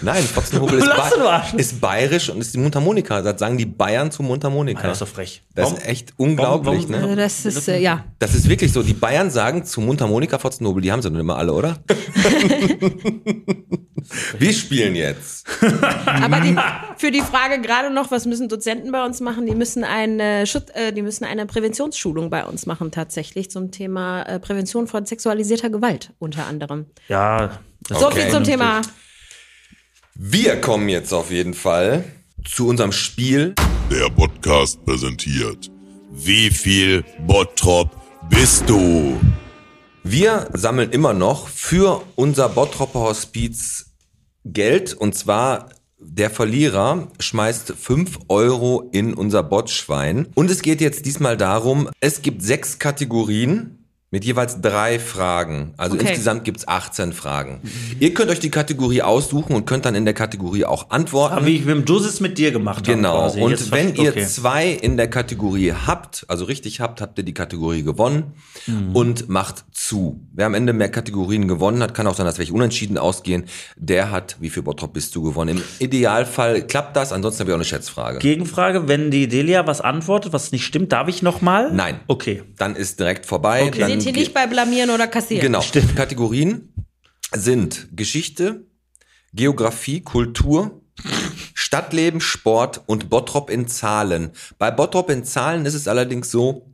S2: Nein, Fotzenhobel ist,
S4: Lass du
S2: ba
S4: arschen.
S2: ist bayerisch und ist die Mundharmonika. Das sagen die Bayern zu Mundharmonika.
S4: Das ist doch frech.
S2: Das
S4: Warum-
S2: ist echt unglaublich,
S4: warum-
S2: ne?
S6: Also das ist äh, ja
S2: Das ist wirklich so. Die Bayern sagen zu Mundharmonika Fotzenhobel, die haben sie nun immer alle, oder? Wir spielen jetzt.
S6: Aber die,
S2: Mhm.
S6: für die Frage gerade noch, was müssen Dozenten bei uns machen? Die müssen eine, Schutz, äh, die müssen eine Präventionsschulung bei uns machen, tatsächlich zum Thema äh, Prävention von sexualisierter Gewalt unter anderem.
S4: Ja. das-
S6: So
S2: Okay.
S6: viel zum Thema.
S2: Wir kommen jetzt auf jeden Fall zu unserem Spiel.
S5: Der Podcast präsentiert. Wie viel Bottrop bist du?
S2: Wir sammeln immer noch für unser Bottropper Hospiz Geld und zwar der Verlierer schmeißt 5 Euro in unser Botschwein. Und es geht jetzt diesmal darum, es gibt sechs Kategorien mit jeweils drei Fragen. Also
S6: Okay.
S2: insgesamt gibt's 18 Fragen. Ihr könnt euch die Kategorie aussuchen und könnt dann in der Kategorie auch antworten.
S4: Aber wie ich mit dem Joseph mit dir gemacht habe.
S2: Genau.
S4: quasi.
S2: Und
S4: Jetzt
S2: wenn
S4: verstehe-
S2: ihr
S4: okay.
S2: zwei in der Kategorie habt, also richtig habt, habt ihr die Kategorie gewonnen
S4: Mhm.
S2: und macht zu. Wer am Ende mehr Kategorien gewonnen hat, kann auch sein, dass welche unentschieden ausgehen. Der hat, wie viel Bottrop bist du gewonnen? Im Idealfall klappt das, ansonsten haben wir auch eine Schätzfrage.
S4: Gegenfrage, wenn die Delia was antwortet, was nicht stimmt, darf ich nochmal?
S2: Nein.
S4: Okay.
S2: Dann ist direkt vorbei.
S6: Wir
S2: Dann
S6: sind hier
S2: ge-
S6: nicht bei Blamieren oder Kassieren.
S2: Genau. Kategorien sind Geschichte, Geografie, Kultur, Stadtleben, Sport und Bottrop in Zahlen. Bei Bottrop in Zahlen ist es allerdings so,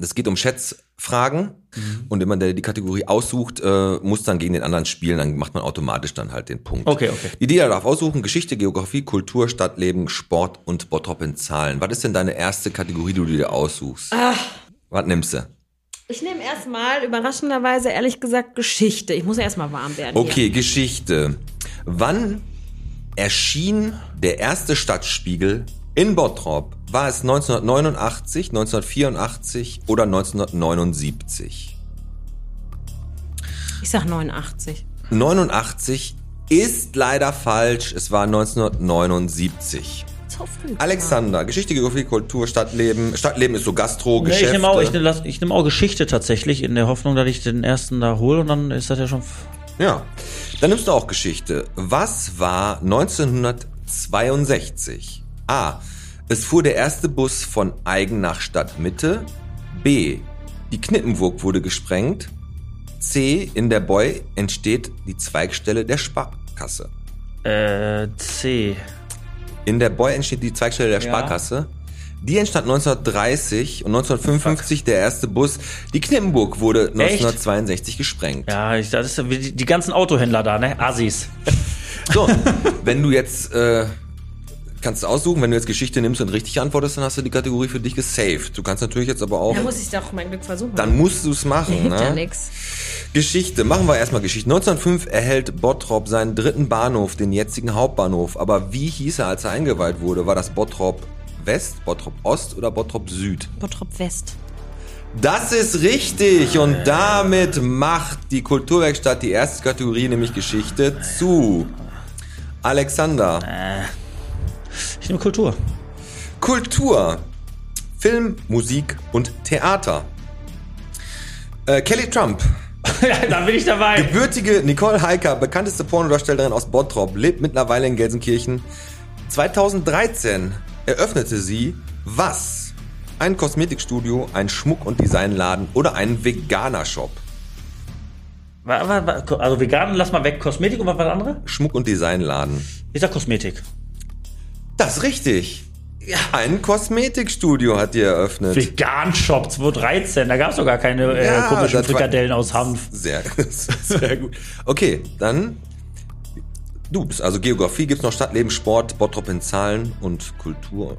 S2: es geht um Schätzfragen
S4: Mhm.
S2: und immer der die Kategorie aussucht, äh, muss dann gegen den anderen spielen, dann macht man automatisch dann halt den Punkt.
S4: Okay, okay.
S2: Die Dealer darf aussuchen, Geschichte, Geografie, Kultur, Stadtleben, Sport und Bottrop in Zahlen. Was ist denn deine erste Kategorie, die du dir aussuchst? Was nimmst du?
S6: Ich nehme erstmal, überraschenderweise, ehrlich gesagt, Geschichte. Ich muss erstmal warm werden.
S2: Okay, Geschichte. Wann erschien der erste Stadtspiegel in Bottrop? War es 1989, 1984 oder 1979?
S6: Hier. Ich sag 89.
S2: 89 ist leider falsch. Es war 1979.
S6: So früh.
S2: Alexander, Geschichte, Geografie, Kultur, Stadtleben. Stadtleben ist so Gastro,
S4: Nee,
S2: Geschäfte.
S4: ich nehme auch, ich nehm, lass- ich nehm auch Geschichte tatsächlich, in der Hoffnung, dass ich den ersten da hole und dann ist das ja schon. f-
S2: Ja. Dann nimmst du auch Geschichte. Was war 1962? A. Es fuhr der erste Bus von Eigen nach Stadtmitte. B. Die Knippenburg wurde gesprengt. C. In der Boy entsteht die Zweigstelle der Sparkasse.
S4: Äh, C.
S2: In der Boy entsteht die Zweigstelle der
S4: Ja.
S2: Sparkasse. Die entstand 1930 und 1955 der erste Bus. Die Knippenburg wurde 1962 gesprengt.
S4: Ja, ich, das ist wie die, die ganzen Autohändler da, ne? Assis.
S2: So, wenn du jetzt äh, kannst du aussuchen, wenn du jetzt Geschichte nimmst und richtig antwortest, dann hast du die Kategorie für dich gesaved. Du kannst natürlich jetzt aber auch.
S6: Da muss ich doch mein Glück versuchen.
S2: dann musst du es machen.
S6: Hilft ja
S2: Ne?
S6: nix.
S2: Geschichte. Machen wir erstmal Geschichte. 1905 erhält Bottrop seinen dritten Bahnhof, den jetzigen Hauptbahnhof. Aber wie hieß er, als er eingeweiht wurde? War das Bottrop West, Bottrop Ost oder Bottrop Süd?
S6: Bottrop West.
S2: Das ist richtig.
S6: Äh.
S2: Und damit macht die Kulturwerkstatt die erste Kategorie, nämlich Geschichte, zu. Alexander.
S4: Ich nehme Kultur.
S2: Kultur, Film, Musik und Theater. Äh, Kelly Trump,
S4: ja, dann bin ich dabei.
S2: gebürtige Nicole Heiker, bekannteste Pornodarstellerin aus Bottrop, lebt mittlerweile in Gelsenkirchen. 2013 eröffnete sie was? Ein Kosmetikstudio, ein Schmuck- und Designladen oder einen Veganer-Shop.
S4: Wa- wa- wa- Also vegan, lass mal weg. Kosmetik und was war das andere?
S2: Schmuck- und Designladen.
S4: Ich sag Kosmetik.
S2: Das ist richtig. Ein Kosmetikstudio hat die eröffnet.
S4: Vegan-Shop 2013, da gab es sogar keine äh,
S2: Ja,
S4: komischen
S2: das war-
S4: Frikadellen aus Hanf.
S2: Sehr, sehr gut. Okay, dann. Du bist also Geografie, gibt's noch Stadtleben, Sport, Bottrop in Zahlen und Kultur.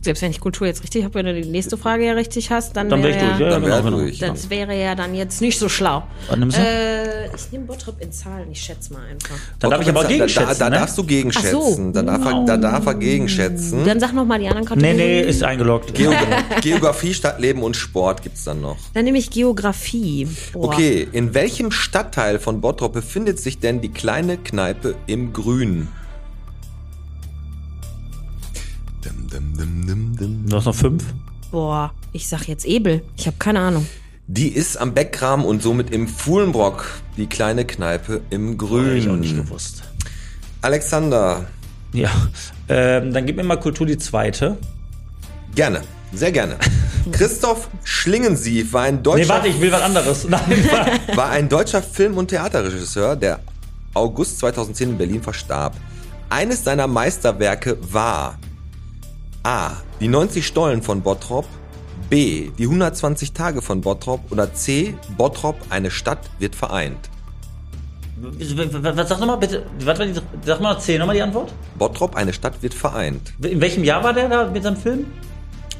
S6: Selbst wenn ich Kultur jetzt richtig habe, wenn du die nächste Frage ja richtig hast, dann,
S4: Dann wäre ich
S6: wäre
S4: durch.
S6: ja,
S4: Ja,
S2: Dann wär
S4: genau, genau.
S2: durch.
S6: Das wäre ja dann jetzt nicht so schlau.
S4: Was nimmst du?
S6: Äh, ich nehme Bottrop in Zahlen, ich schätze mal einfach.
S2: Hm?
S4: Dann darf ich aber auch
S2: Da- Da,
S4: gegenschätzen,
S2: da
S4: ne?
S2: darfst du gegenschätzen.
S6: Ach so. Mhm.
S2: da, darf er, da darf er gegenschätzen.
S6: Dann sag nochmal die anderen
S4: Nee,
S6: Kategorien.
S4: nee, ist eingeloggt.
S2: Geog- Geografie, Stadtleben und Sport gibt's dann noch.
S6: Dann nehme ich Geografie. Boah.
S2: Okay, in welchem Stadtteil von Bottrop befindet sich denn die kleine Kneipe im Grün? Dum, dum, dum, dum, dum.
S4: Du hast noch fünf?
S6: Boah, ich sag jetzt Ebel. Ich habe keine Ahnung.
S2: Die ist am Beckrahmen und somit im Fuhlenbrock, die kleine Kneipe im
S4: Ich auch nicht
S2: Grün.
S4: gewusst.
S2: Alexander,
S4: Hm. Ja, ähm, dann gib mir mal Kultur die zweite.
S2: gerne, sehr gerne. Christoph Schlingensief war ein
S4: Nee,
S2: deutscher,
S4: warte, ich will was anderes. Nein,
S2: war ein deutscher Film- und Theaterregisseur, der August 2010 in Berlin verstarb. Eines seiner Meisterwerke war A. Die 90 Stollen von Bottrop, B. Die 120 Tage von Bottrop oder C. Bottrop, eine Stadt, wird vereint.
S4: Was was- sag nochmal bitte? Warte mal, die- sag mal, zähl nochmal die Antwort.
S2: Bottrop, eine Stadt, wird vereint.
S4: In welchem Jahr war der da mit seinem Film?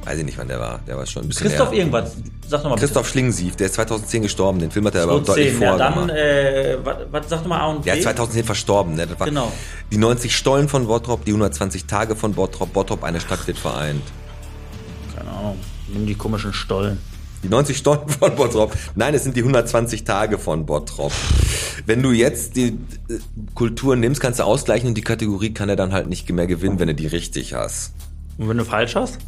S2: Weiß ich nicht, wann der war. Der war schon ein bisschen
S4: Christoph
S2: her.
S4: irgendwas. Sag nochmal bitte.
S2: Christoph Schlingensief, der ist 2010 gestorben. Den Film hat er aber deutlich
S4: 2010. Oh, Ja,
S2: vorher
S4: dann,
S2: gemacht.
S4: äh, was, was sag nochmal A und B?
S2: Der ist 2010 verstorben. Ne? Das war
S4: Genau.
S2: Die 90 Stollen von Bottrop, die 120 Tage von Bottrop, Bottrop, eine Stadt wird vereint.
S4: Keine Ahnung. Oh. Nimm die komischen Stollen.
S2: Die 90 Stunden von Bottrop. Nein, es sind die 120 Tage von Bottrop. Wenn du jetzt die äh, Kultur nimmst, kannst du ausgleichen und die Kategorie kann er dann halt nicht mehr gewinnen, wenn du die richtig hast.
S4: Und wenn du falsch hast?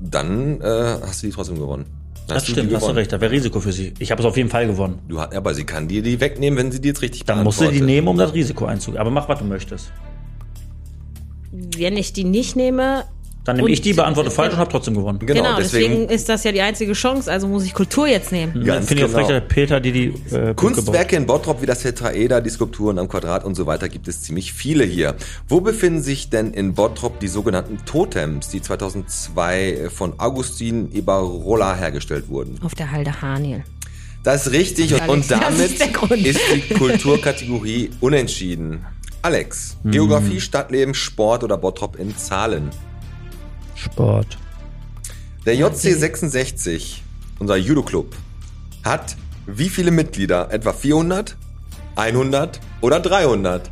S2: Dann äh, hast du die trotzdem gewonnen. Dann
S4: Das
S2: hast du die
S4: stimmt, hast du
S2: gewonnen.
S4: recht. Da wäre Risiko für sie. Ich habe es auf jeden Fall gewonnen.
S2: Du, hat- ja, aber sie kann dir die wegnehmen, wenn sie die jetzt richtig
S4: Dann musst du die
S2: beantwortet.
S4: nehmen, um das Risiko einzugehen. Aber mach, was du möchtest.
S6: Wenn ich die nicht nehme.
S4: Dann nehme
S6: Und-
S4: ich die, beantworte falsch und habe trotzdem gewonnen.
S6: Genau,
S2: Genau,
S6: deswegen,
S2: deswegen,
S6: ist das ja die einzige Chance, also muss ich Kultur jetzt nehmen.
S4: Dann
S2: Ganz
S4: Finde ich auch
S2: genau.
S4: frech, dass Peter, die die äh, Brücke baut.
S2: Kunstwerke in Bottrop wie das Tetraeder, die Skulpturen am Quadrat und so weiter gibt es ziemlich viele hier. Wo befinden sich denn in Bottrop die sogenannten Totems, die 2002 von Augustin Ebarola hergestellt wurden?
S6: Auf der Halde Haniel.
S2: Das ist richtig
S6: Alex,
S2: und
S6: das
S2: damit
S6: ist der Grund.
S2: ist die Kulturkategorie unentschieden. Alex, Geografie, Stadtleben, Sport oder Bottrop in Zahlen?
S4: Sport.
S2: Der JC66, unser Judo-Club, hat wie viele Mitglieder? Etwa 400, 100 oder 300?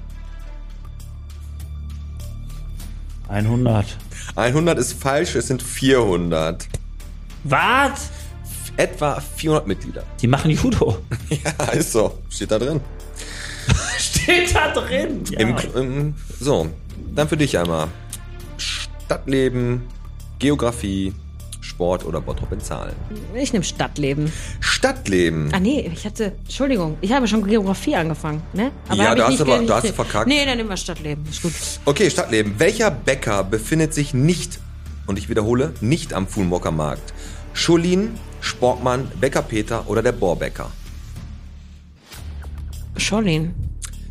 S4: 100.
S2: 100 ist falsch, es sind 400.
S4: Was?
S2: Etwa 400 Mitglieder.
S4: Die machen Judo.
S2: Ja, ist so. Steht da drin.
S4: Steht da drin. Ja.
S2: Im, Cl- im, so, dann für dich einmal. Stadtleben, Geografie, Sport oder Bottrop in Zahlen.
S6: Ich nehme Stadtleben.
S2: Stadtleben.
S6: Ah nee, ich hatte, Entschuldigung, ich habe schon Geografie angefangen, ne?
S2: Ja, da
S6: hab ich
S2: hast
S6: nicht
S2: du aber-
S6: ge-
S2: da hast du verkackt.
S6: Nee, dann nehmen wir Stadtleben. Ist gut.
S2: Okay, Stadtleben. Welcher Bäcker befindet sich nicht, und ich wiederhole, nicht am Fulmbocker Markt? Scholin, Sportmann, Bäcker Peter oder der Bohrbäcker?
S6: Schollin.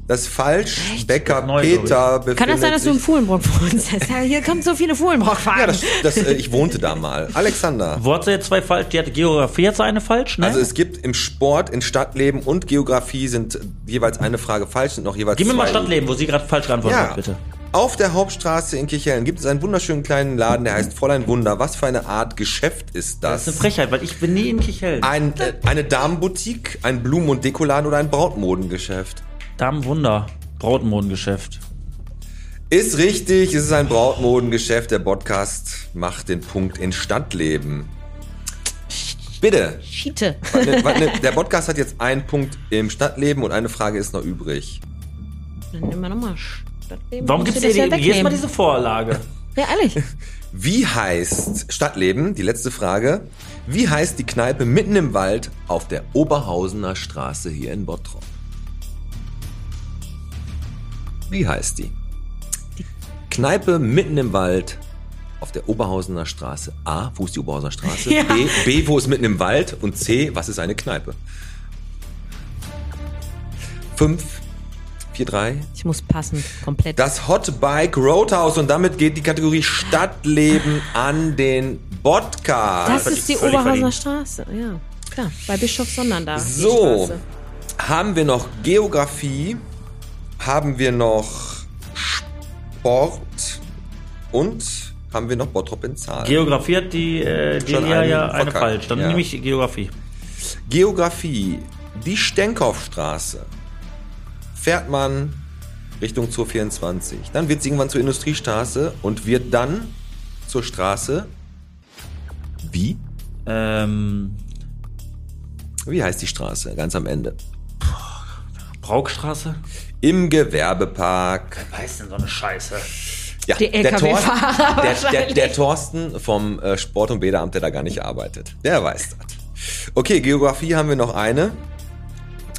S2: Das ist falsch. Bäcker
S4: neu, glaub ich.
S2: Peter befindet
S6: Kann das sein, dass du
S2: sich
S6: im Fuhlenbrock wohnst? Das- Hier kommen so viele Fuhlenbrock fahren.
S2: Ja, das, das, äh, ich wohnte da mal. Alexander.
S4: Wo hat sie jetzt zwei falsch? Die hatte Geografie jetzt eine falsch, ne?
S2: Also es gibt im Sport, in Stadtleben und Geografie sind jeweils eine Frage falsch, sind noch jeweils
S4: Gib mir mal
S2: zwei-
S4: Stadtleben, wo sie gerade falsch geantwortet
S2: Ja.
S4: hat, bitte.
S2: Auf der Hauptstraße in Kirchhellen gibt es einen wunderschönen kleinen Laden, der heißt Fräulein Wunder. Was für eine Art Geschäft ist das?
S4: Das ist eine Frechheit, weil ich bin nie in Kichel.
S2: ein, äh, eine Damenboutique, ein Blumen- und Dekoladen oder ein Brautmodengeschäft?
S4: Damenwunder. Brautmodengeschäft.
S2: Ist richtig, es ist ein Brautmodengeschäft. Der Podcast macht den Punkt in Stadtleben. Bitte,
S6: Schiete.
S2: Ne, wa- ne, der Podcast hat jetzt einen Punkt im Stadtleben und eine Frage ist noch übrig.
S6: Dann nehmen wir nochmal Stadtleben.
S4: Warum
S6: Musst
S4: gibt's
S6: du
S4: dir
S6: das
S4: die- jedes Mal
S6: wegnehmen?
S4: diese Vorlage?
S6: Ja, ehrlich.
S2: Wie heißt Stadtleben, die letzte Frage, wie heißt die Kneipe mitten im Wald auf der Oberhausener Straße hier in Bottrop? Wie heißt die? Kneipe mitten im Wald auf der Oberhausener Straße. A, wo ist die Oberhausener Straße?
S6: Ja.
S2: B, B, wo ist mitten im Wald? Und C, was ist eine Kneipe? 5, 4, 3,
S6: Ich muss passen. Komplett.
S2: das Hot Bike Roadhouse und damit geht die Kategorie Stadtleben an den
S6: Das
S2: Podcast.
S6: ist die
S4: völlig verliehen.
S6: Oberhausener Straße, ja. Klar, bei Bischof Sondern da. die
S2: So,
S6: Straße.
S2: haben wir noch Geografie, haben wir noch Sport und haben wir noch Bottrop in Zahlen.
S4: Geografie hat die äh,
S2: Schon
S4: Delia ja
S2: einen
S4: eine
S2: verkackt,
S4: falsch. Dann
S2: ja.
S4: nehme ich Geografie.
S2: Geografie, die Stenkow-Straße fährt man Richtung zur 24. Dann wird sie irgendwann zur Industriestraße und wird dann zur Straße wie?
S4: Ähm,
S2: Wie heißt die Straße? Ganz am Ende.
S4: Braukstraße?
S2: Im Gewerbepark.
S4: Was ist denn so eine Scheiße?
S2: Ja,
S6: Die
S2: der
S6: LKW-Fahrer
S2: Thorsten- der, der,
S6: wahrscheinlich.
S2: der Thorsten vom äh, Sport- und Bäderamt, der da gar nicht arbeitet. Der weiß das. Okay, Geografie haben wir noch eine.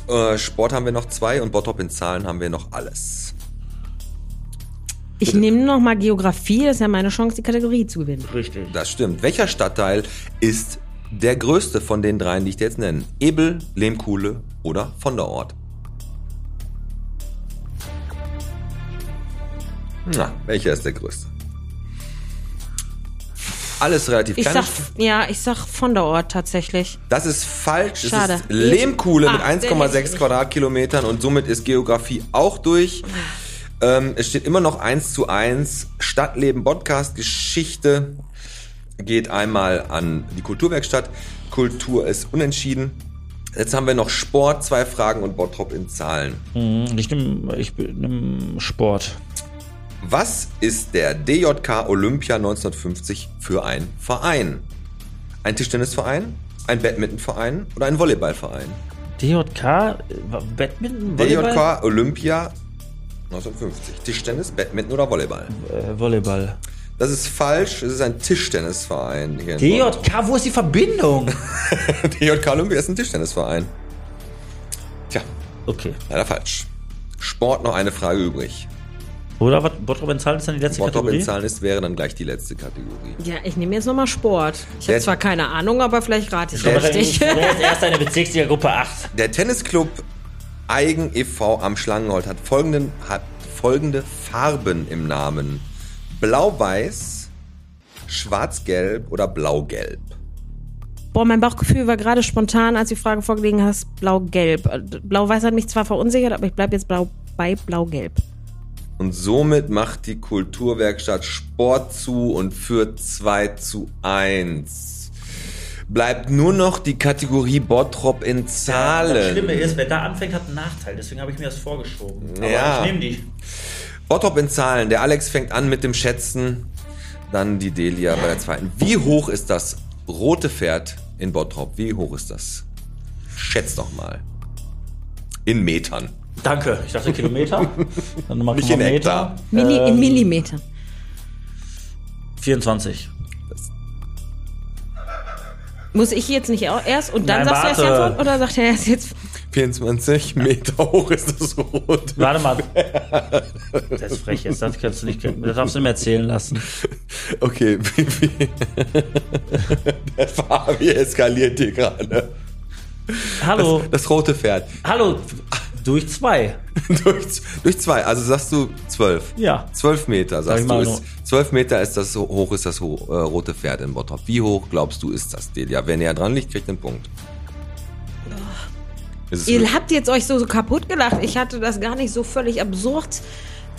S2: Äh, Sport haben wir noch zwei und Bottrop in Zahlen haben wir noch alles.
S6: Ich nehme nochmal Geografie, das ist ja meine Chance, die Kategorie zu gewinnen.
S4: Richtig.
S2: Das stimmt. Welcher Stadtteil ist der größte von den dreien, die ich dir jetzt nenne? Ebel, Lehmkuhle oder Vonderort? Na, welcher ist der größte? Alles relativ
S6: Ich
S2: klein.
S6: sag, ja, ich sag von der Ort tatsächlich.
S2: Das ist falsch.
S6: Schade.
S2: Es ist Lehmkuhle mit
S6: Ah, den hätte ich
S2: 1,6
S6: nicht.
S2: Quadratkilometern und somit ist Geografie auch durch. Ähm, es steht immer noch 1 zu 1. Stadtleben Podcast Geschichte geht einmal an die Kulturwerkstatt. Kultur ist unentschieden. Jetzt haben wir noch Sport, zwei Fragen und Bottrop in Zahlen.
S4: Mhm, Ich nehme ich nehm Sport.
S2: Was ist der DJK Olympia 1950 für ein Verein? Ein Tischtennisverein, ein Badmintonverein oder ein Volleyballverein?
S4: DJK, äh, Badminton, Volleyball?
S2: DJK Olympia 1950. Tischtennis, Badminton oder Volleyball?
S4: Äh, Volleyball.
S2: Das ist falsch. Es ist ein Tischtennisverein hier. in Dortmund.
S4: DJK, wo ist die Verbindung?
S2: DJK Olympia ist ein Tischtennisverein. Tja,
S4: Okay.
S2: leider falsch. Sport noch eine Frage übrig.
S4: Oder was? Bottrop in Zahlen ist dann die letzte
S2: Bottrop in
S4: Kategorie?
S2: Zahlen ist, wäre dann gleich die letzte Kategorie.
S6: Ja, ich nehme jetzt nochmal Sport. Ich habe
S2: Der-
S6: zwar keine Ahnung, aber vielleicht rate ich
S2: Der-
S6: richtig.
S4: Wer ist erst eine Bezirksliga Gruppe 8?
S2: Der Tennisclub Eigen e.V. am Schlangenhold hat, folgenden, hat folgende Farben im Namen: Blau-Weiß, Schwarz-Gelb oder Blau-Gelb.
S6: Boah, mein Bauchgefühl war gerade spontan, als du die Frage vorgelegen hast, blau-gelb. Äh, Blau-weiß hat mich zwar verunsichert, aber ich bleibe jetzt blau bei blau-gelb.
S2: Und somit macht die Kulturwerkstatt Sport zu und führt 2 zu 1. Bleibt nur noch die Kategorie Bottrop in
S4: Das
S2: Zahlen.
S4: Schlimme ist, wer da anfängt, hat einen Nachteil. Deswegen habe ich mir das vorgeschoben. Aber
S2: Ja.
S4: ich nehme die.
S2: Bottrop in Zahlen. Der Alex fängt an mit dem Schätzen. Dann die Delia bei der zweiten. Wie hoch ist das rote Pferd in Bottrop? Wie hoch ist das? Schätzt doch mal. In Metern.
S4: Danke. Ich dachte Kilometer. Dann nochmal
S2: Nicht in
S4: Kilometer.
S2: Hektar.
S6: Milli
S4: Ähm,
S6: in Millimetern.
S4: 24.
S6: Muss ich jetzt nicht auch erst und dann
S4: Nein,
S6: sagst du erst die
S4: warte.
S6: Antwort oder sagt er erst jetzt?
S2: 24 Meter hoch ist das rote.
S4: Warte mal. Das ist frech jetzt. Das, kannst du nicht, das darfst du nicht mehr erzählen lassen.
S2: Okay, wie viel? Der Fabi eskaliert hier gerade.
S4: Hallo.
S2: Das rote Pferd.
S4: Hallo. Durch zwei.
S2: durch, durch zwei, also sagst du zwölf.
S4: Ja.
S2: Zwölf Meter,
S4: Sag
S2: sagst
S4: ich
S2: du.
S4: mal
S2: Ist, zwölf Meter ist das ho- hoch ist das ho äh, rote Pferd in Bottrop. Wie hoch glaubst du ist das, Delia? Wer näher dran liegt, kriegt einen Punkt.
S4: Oh.
S2: Ist es
S6: Ihr habt jetzt euch so, so kaputt gelacht. Ich hatte das gar nicht so völlig absurd.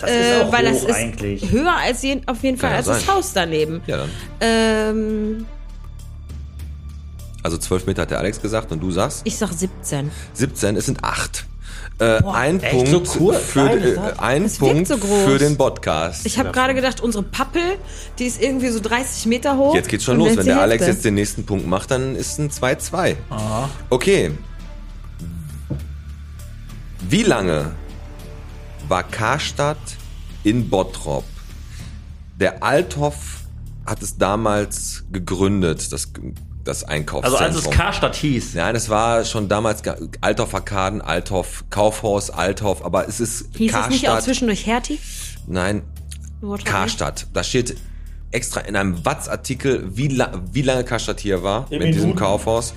S6: äh,
S4: Das ist auch
S6: weil
S4: hoch
S6: das ist
S4: eigentlich.
S6: höher als je, auf jeden Fall
S2: ja
S6: als das
S2: sein.
S6: Haus daneben.
S2: ja, dann.
S6: Ähm,
S2: Also zwölf Meter hat der Alex gesagt und du sagst
S6: ich sag 17.
S2: 17, es sind acht. Äh, ein
S4: echt?
S2: Punkt,
S4: So kurz?
S2: für,
S4: Nein,
S2: äh,
S4: das-
S2: ein
S6: das wirkt
S2: Punkt
S6: so groß.
S2: für den Podcast.
S6: Ich habe gerade gedacht, unsere Pappel, die ist irgendwie so 30 Meter hoch.
S2: Jetzt geht's schon
S6: Und
S2: los.
S6: jetzt
S2: Wenn
S6: die
S2: der Alex
S6: Hälfte.
S2: jetzt den nächsten Punkt macht, dann ist ein 2-2. Okay. Wie lange war Karstadt in Bottrop? Der Althoff hat es damals gegründet, das, das
S4: Also
S2: Einkaufszentrum.
S4: als es Karstadt hieß.
S2: Nein, es war schon damals Ga- Althoff Arkaden, Althoff Kaufhaus, Althoff, aber es ist
S6: Hieß es nicht auch
S2: Karstadt.
S6: zwischendurch Hertie?
S2: Nein,
S6: Wort-
S2: Karstadt. Da steht extra in einem Watz-Artikel, wie, la wie lange Karstadt hier war
S4: In
S2: mit diesem
S4: Minuten.
S2: Kaufhaus.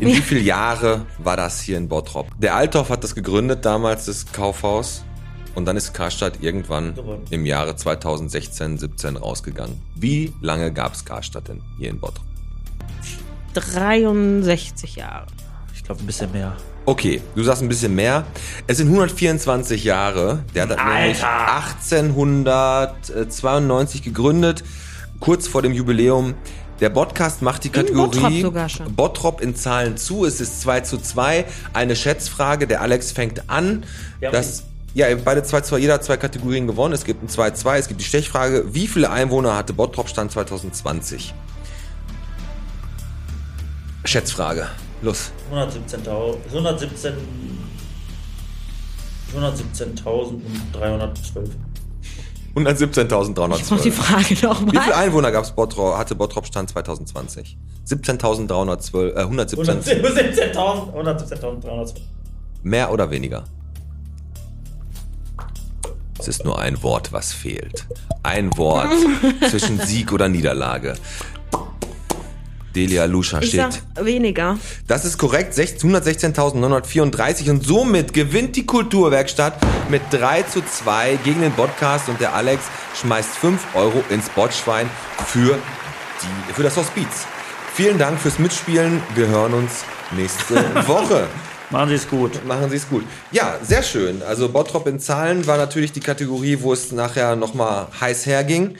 S2: In, wie viele Jahre war das hier in Bottrop? Der Althoff hat das gegründet damals, das Kaufhaus. Und dann ist Karstadt irgendwann
S4: Geworden.
S2: im Jahre 2016, 17 rausgegangen. Wie lange gab es Karstadt denn hier in Bottrop?
S6: 63 Jahre.
S4: Ich glaube, ein bisschen mehr.
S2: Okay, du sagst ein bisschen mehr. Es sind 124 Jahre. Der hat nämlich 1892 gegründet, kurz vor dem Jubiläum. Der Podcast macht die Kategorie
S6: Bottrop sogar schon.
S2: Bottrop in Zahlen zu. Es ist 2 zu 2. Eine Schätzfrage. Der Alex fängt an.
S4: Ja,
S2: das, ja, ihr habt beide zwei, zwei, jeder hat zwei Kategorien gewonnen. Es gibt ein 2-2. Es gibt die Stechfrage. Wie viele Einwohner hatte Bottrop Stand 2020? Schätzfrage. Los.
S4: 117.000 117, 117.312.
S2: 117.312.
S6: Jetzt noch die Frage
S2: Wie viele
S6: nochmal.
S2: Einwohner gab's Bottrop, hatte Bottrop Stand 2020? 17.312, äh, 117.
S4: 117.000, 117.312.
S2: Mehr oder weniger? Es ist nur ein Wort, was fehlt. Ein Wort zwischen Sieg oder Niederlage. Delia Lusha
S6: Ich
S2: steht.
S6: sag weniger.
S2: Das ist korrekt. 116.934 und somit gewinnt die Kulturwerkstatt mit 3 zu 2 gegen den Podcast und der Alex schmeißt 5 Euro ins Botschwein für, die, für das Hospiz. Vielen Dank fürs Mitspielen. Wir hören uns nächste Woche.
S4: Machen Sie es gut.
S2: Machen Sie es gut. Ja, sehr schön. Also Bottrop in Zahlen war natürlich die Kategorie, wo es nachher nochmal heiß herging.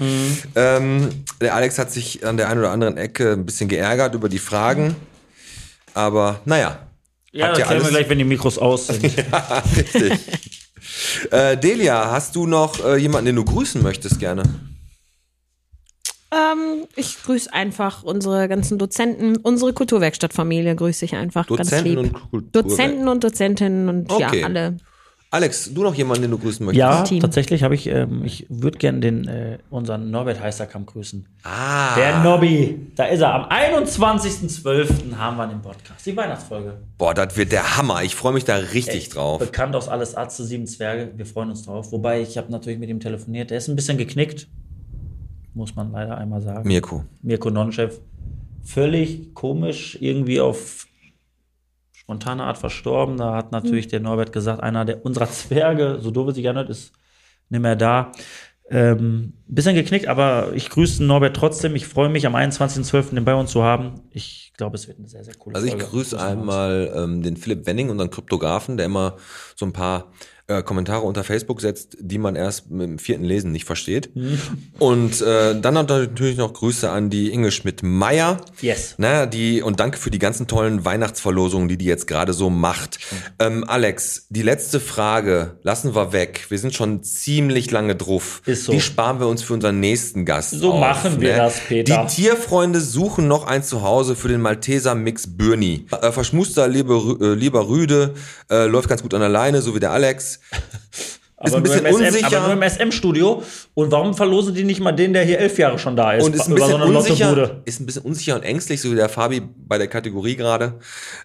S2: Ähm, der Alex hat sich an der einen oder anderen Ecke ein bisschen geärgert über die Fragen. Aber naja,
S4: Ja,
S2: Habt
S4: das
S2: ihr
S4: klären wir
S2: alles?
S4: gleich, wenn die Mikros aus sind.
S2: richtig. äh, Delia, hast du noch äh, jemanden, den du grüßen möchtest gerne?
S6: Ähm, ich grüße einfach unsere ganzen Dozenten, unsere Kulturwerkstattfamilie grüße ich einfach ganz
S2: Dozenten
S6: lieb.
S2: und Kultur.
S6: Dozenten und Dozentinnen und
S2: Okay.
S6: ja, alle.
S2: Alex, du noch jemanden, den du grüßen möchtest?
S4: ja,
S6: Team.
S4: tatsächlich habe ich, ähm, ich würde gerne den, äh, unseren Norbert Heisterkamp grüßen.
S2: Ah,
S4: Der Nobby, da ist er. Am 21.12. haben wir den Podcast, die Weihnachtsfolge.
S2: boah, das wird der Hammer. Ich freue mich da richtig drauf.
S4: Bekannt aus Alles Ärzte, Sieben Zwerge. Wir freuen uns drauf. Wobei, ich habe natürlich mit ihm telefoniert. Der ist ein bisschen geknickt. Muss man leider einmal sagen.
S2: Mirko.
S4: Mirko Nonchev. Völlig komisch, irgendwie auf spontane Art verstorben. Da hat natürlich
S2: Hm.
S4: der Norbert gesagt, einer der, unserer Zwerge, so doof es sich anhört, ist nicht mehr da. Ähm, bisschen geknickt, aber ich grüße den Norbert trotzdem. Ich freue mich, am 21.12. den bei uns zu haben. Ich glaube, es wird eine sehr, sehr coole
S2: Also ich
S4: Folge.
S2: grüße
S4: Müssen wir uns-
S2: einmal ähm, den Philipp Wenning, unseren Kryptografen, der immer so ein paar äh, Kommentare unter Facebook setzt, die man erst mit dem vierten Lesen nicht versteht.
S4: Mhm.
S2: Und äh, dann hat er natürlich noch Grüße an die Inge Schmidt-Meyer.
S4: Yes.
S2: Na, die, und danke für die ganzen tollen Weihnachtsverlosungen, die die jetzt gerade so macht.
S4: Mhm.
S2: Ähm, Alex, die letzte Frage lassen wir weg. Wir sind schon ziemlich lange drauf.
S4: Ist so.
S2: Die sparen wir uns für unseren nächsten Gast.
S4: So
S2: auf, ne?
S4: machen wir das, Peter.
S2: Die Tierfreunde suchen noch ein Zuhause für den Malteser Mix Birni. Äh, Verschmuster, lieber, Rü- äh, lieber Rüde, äh, läuft ganz gut an der Leine, so wie der Alex. Ist
S4: Aber
S2: ein
S4: nur
S2: bisschen
S4: im SM,
S2: unsicher.
S4: Aber nur im SM-Studio. Und warum verlosen die nicht mal den, der hier elf Jahre schon da ist?
S2: und ist ein,
S4: über so
S2: bisschen
S4: eine
S2: unsicher,
S4: Lottobude?
S2: ist ein bisschen unsicher und ängstlich, so wie der Fabi bei der Kategorie gerade.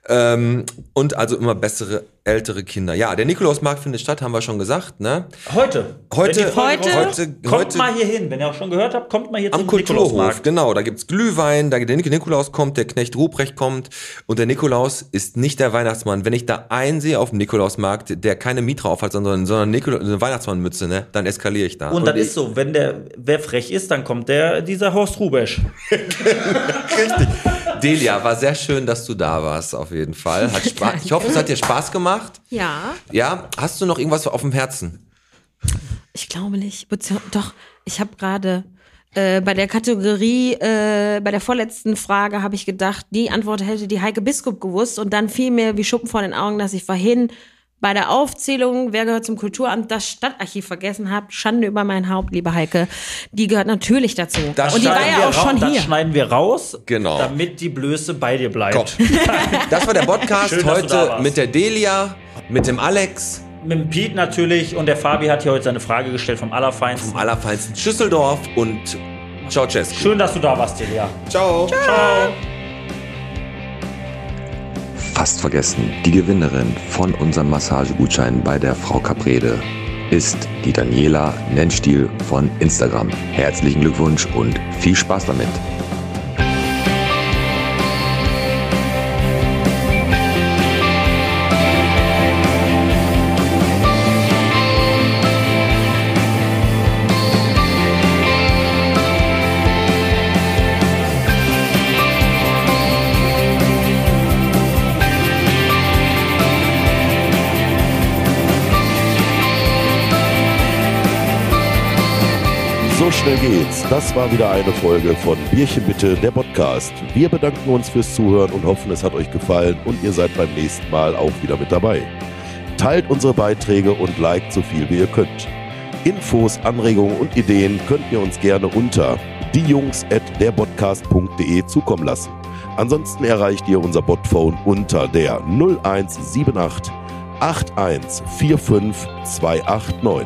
S2: Ähm, und also immer bessere ältere Kinder. Ja, der Nikolausmarkt findet statt, haben wir schon gesagt. Ne?
S4: Heute.
S2: Heute-
S4: Wenn die Folge
S2: heute-
S4: rauskommt,
S2: heute-
S4: kommt
S2: heute-
S4: mal hier hin. Wenn ihr auch schon gehört habt, kommt mal hier
S2: Am
S4: zum
S2: Kulturhof,
S4: Nikolausmarkt.
S2: genau. Da gibt's Glühwein, da der Nik- Nikolaus kommt, der Knecht Ruprecht kommt und der Nikolaus ist nicht der Weihnachtsmann. Wenn ich da einen sehe auf dem Nikolausmarkt, der keine Mitra aufhat, sondern, sondern Nikolaus, eine Weihnachtsmannmütze, ne, dann eskaliere ich da.
S4: Und das
S2: ich-
S4: ist so, wenn der, wer frech ist, dann kommt der, dieser Horst Rubesch.
S2: Richtig. Delia, war sehr schön, dass du da warst, auf jeden Fall. Hat Spaß. Ich hoffe, es hat dir Spaß gemacht.
S6: Ja,
S2: Ja, hast du noch irgendwas auf dem Herzen?
S6: ich glaube nicht. Bezieh- Doch, ich habe gerade äh, bei der Kategorie, äh, bei der vorletzten Frage habe ich gedacht, die Antwort hätte die Heike Biskup gewusst und dann fiel mir wie Schuppen vor den Augen, dass ich vorhin bei der Aufzählung, wer gehört zum Kulturamt, das Stadtarchiv vergessen habe. Schande über mein Haupt, liebe Heike. Die gehört natürlich dazu.
S2: Das
S6: und die war
S2: schneiden
S6: ja
S4: wir
S6: auch
S4: raus-
S6: schon
S4: das
S6: hier.
S4: schneiden wir raus,
S2: Genau.
S4: damit die Blöße bei dir bleibt.
S2: Gott. Das war der Podcast
S4: Schön, dass du da
S2: heute
S4: warst.
S2: mit der Delia, mit dem Alex,
S4: Mit dem Piet natürlich und der Fabi hat hier heute seine Frage gestellt vom Allerfeinsten.
S2: vom allerfeinsten Schüsseldorf und Ciao, Cesco.
S4: Schön, dass du da warst, Delia.
S2: Ciao.
S4: Ciao.
S8: Fast vergessen, die Gewinnerin von unserem Massagegutschein bei der Frau Caprede ist die Daniela Nennstiel von Instagram. Herzlichen Glückwunsch und viel Spaß damit.
S1: So schnell geht's. Das war wieder eine Folge von Bierchen bitte, der Podcast. Wir bedanken uns fürs Zuhören und hoffen, es hat euch gefallen und ihr seid beim nächsten Mal auch wieder mit dabei. Teilt unsere Beiträge und liked so viel wie ihr könnt. Infos, Anregungen und Ideen könnt ihr uns gerne unter diejungs@derpodcast.de zukommen lassen. Ansonsten erreicht ihr unser Botphone unter der 0178 8145289.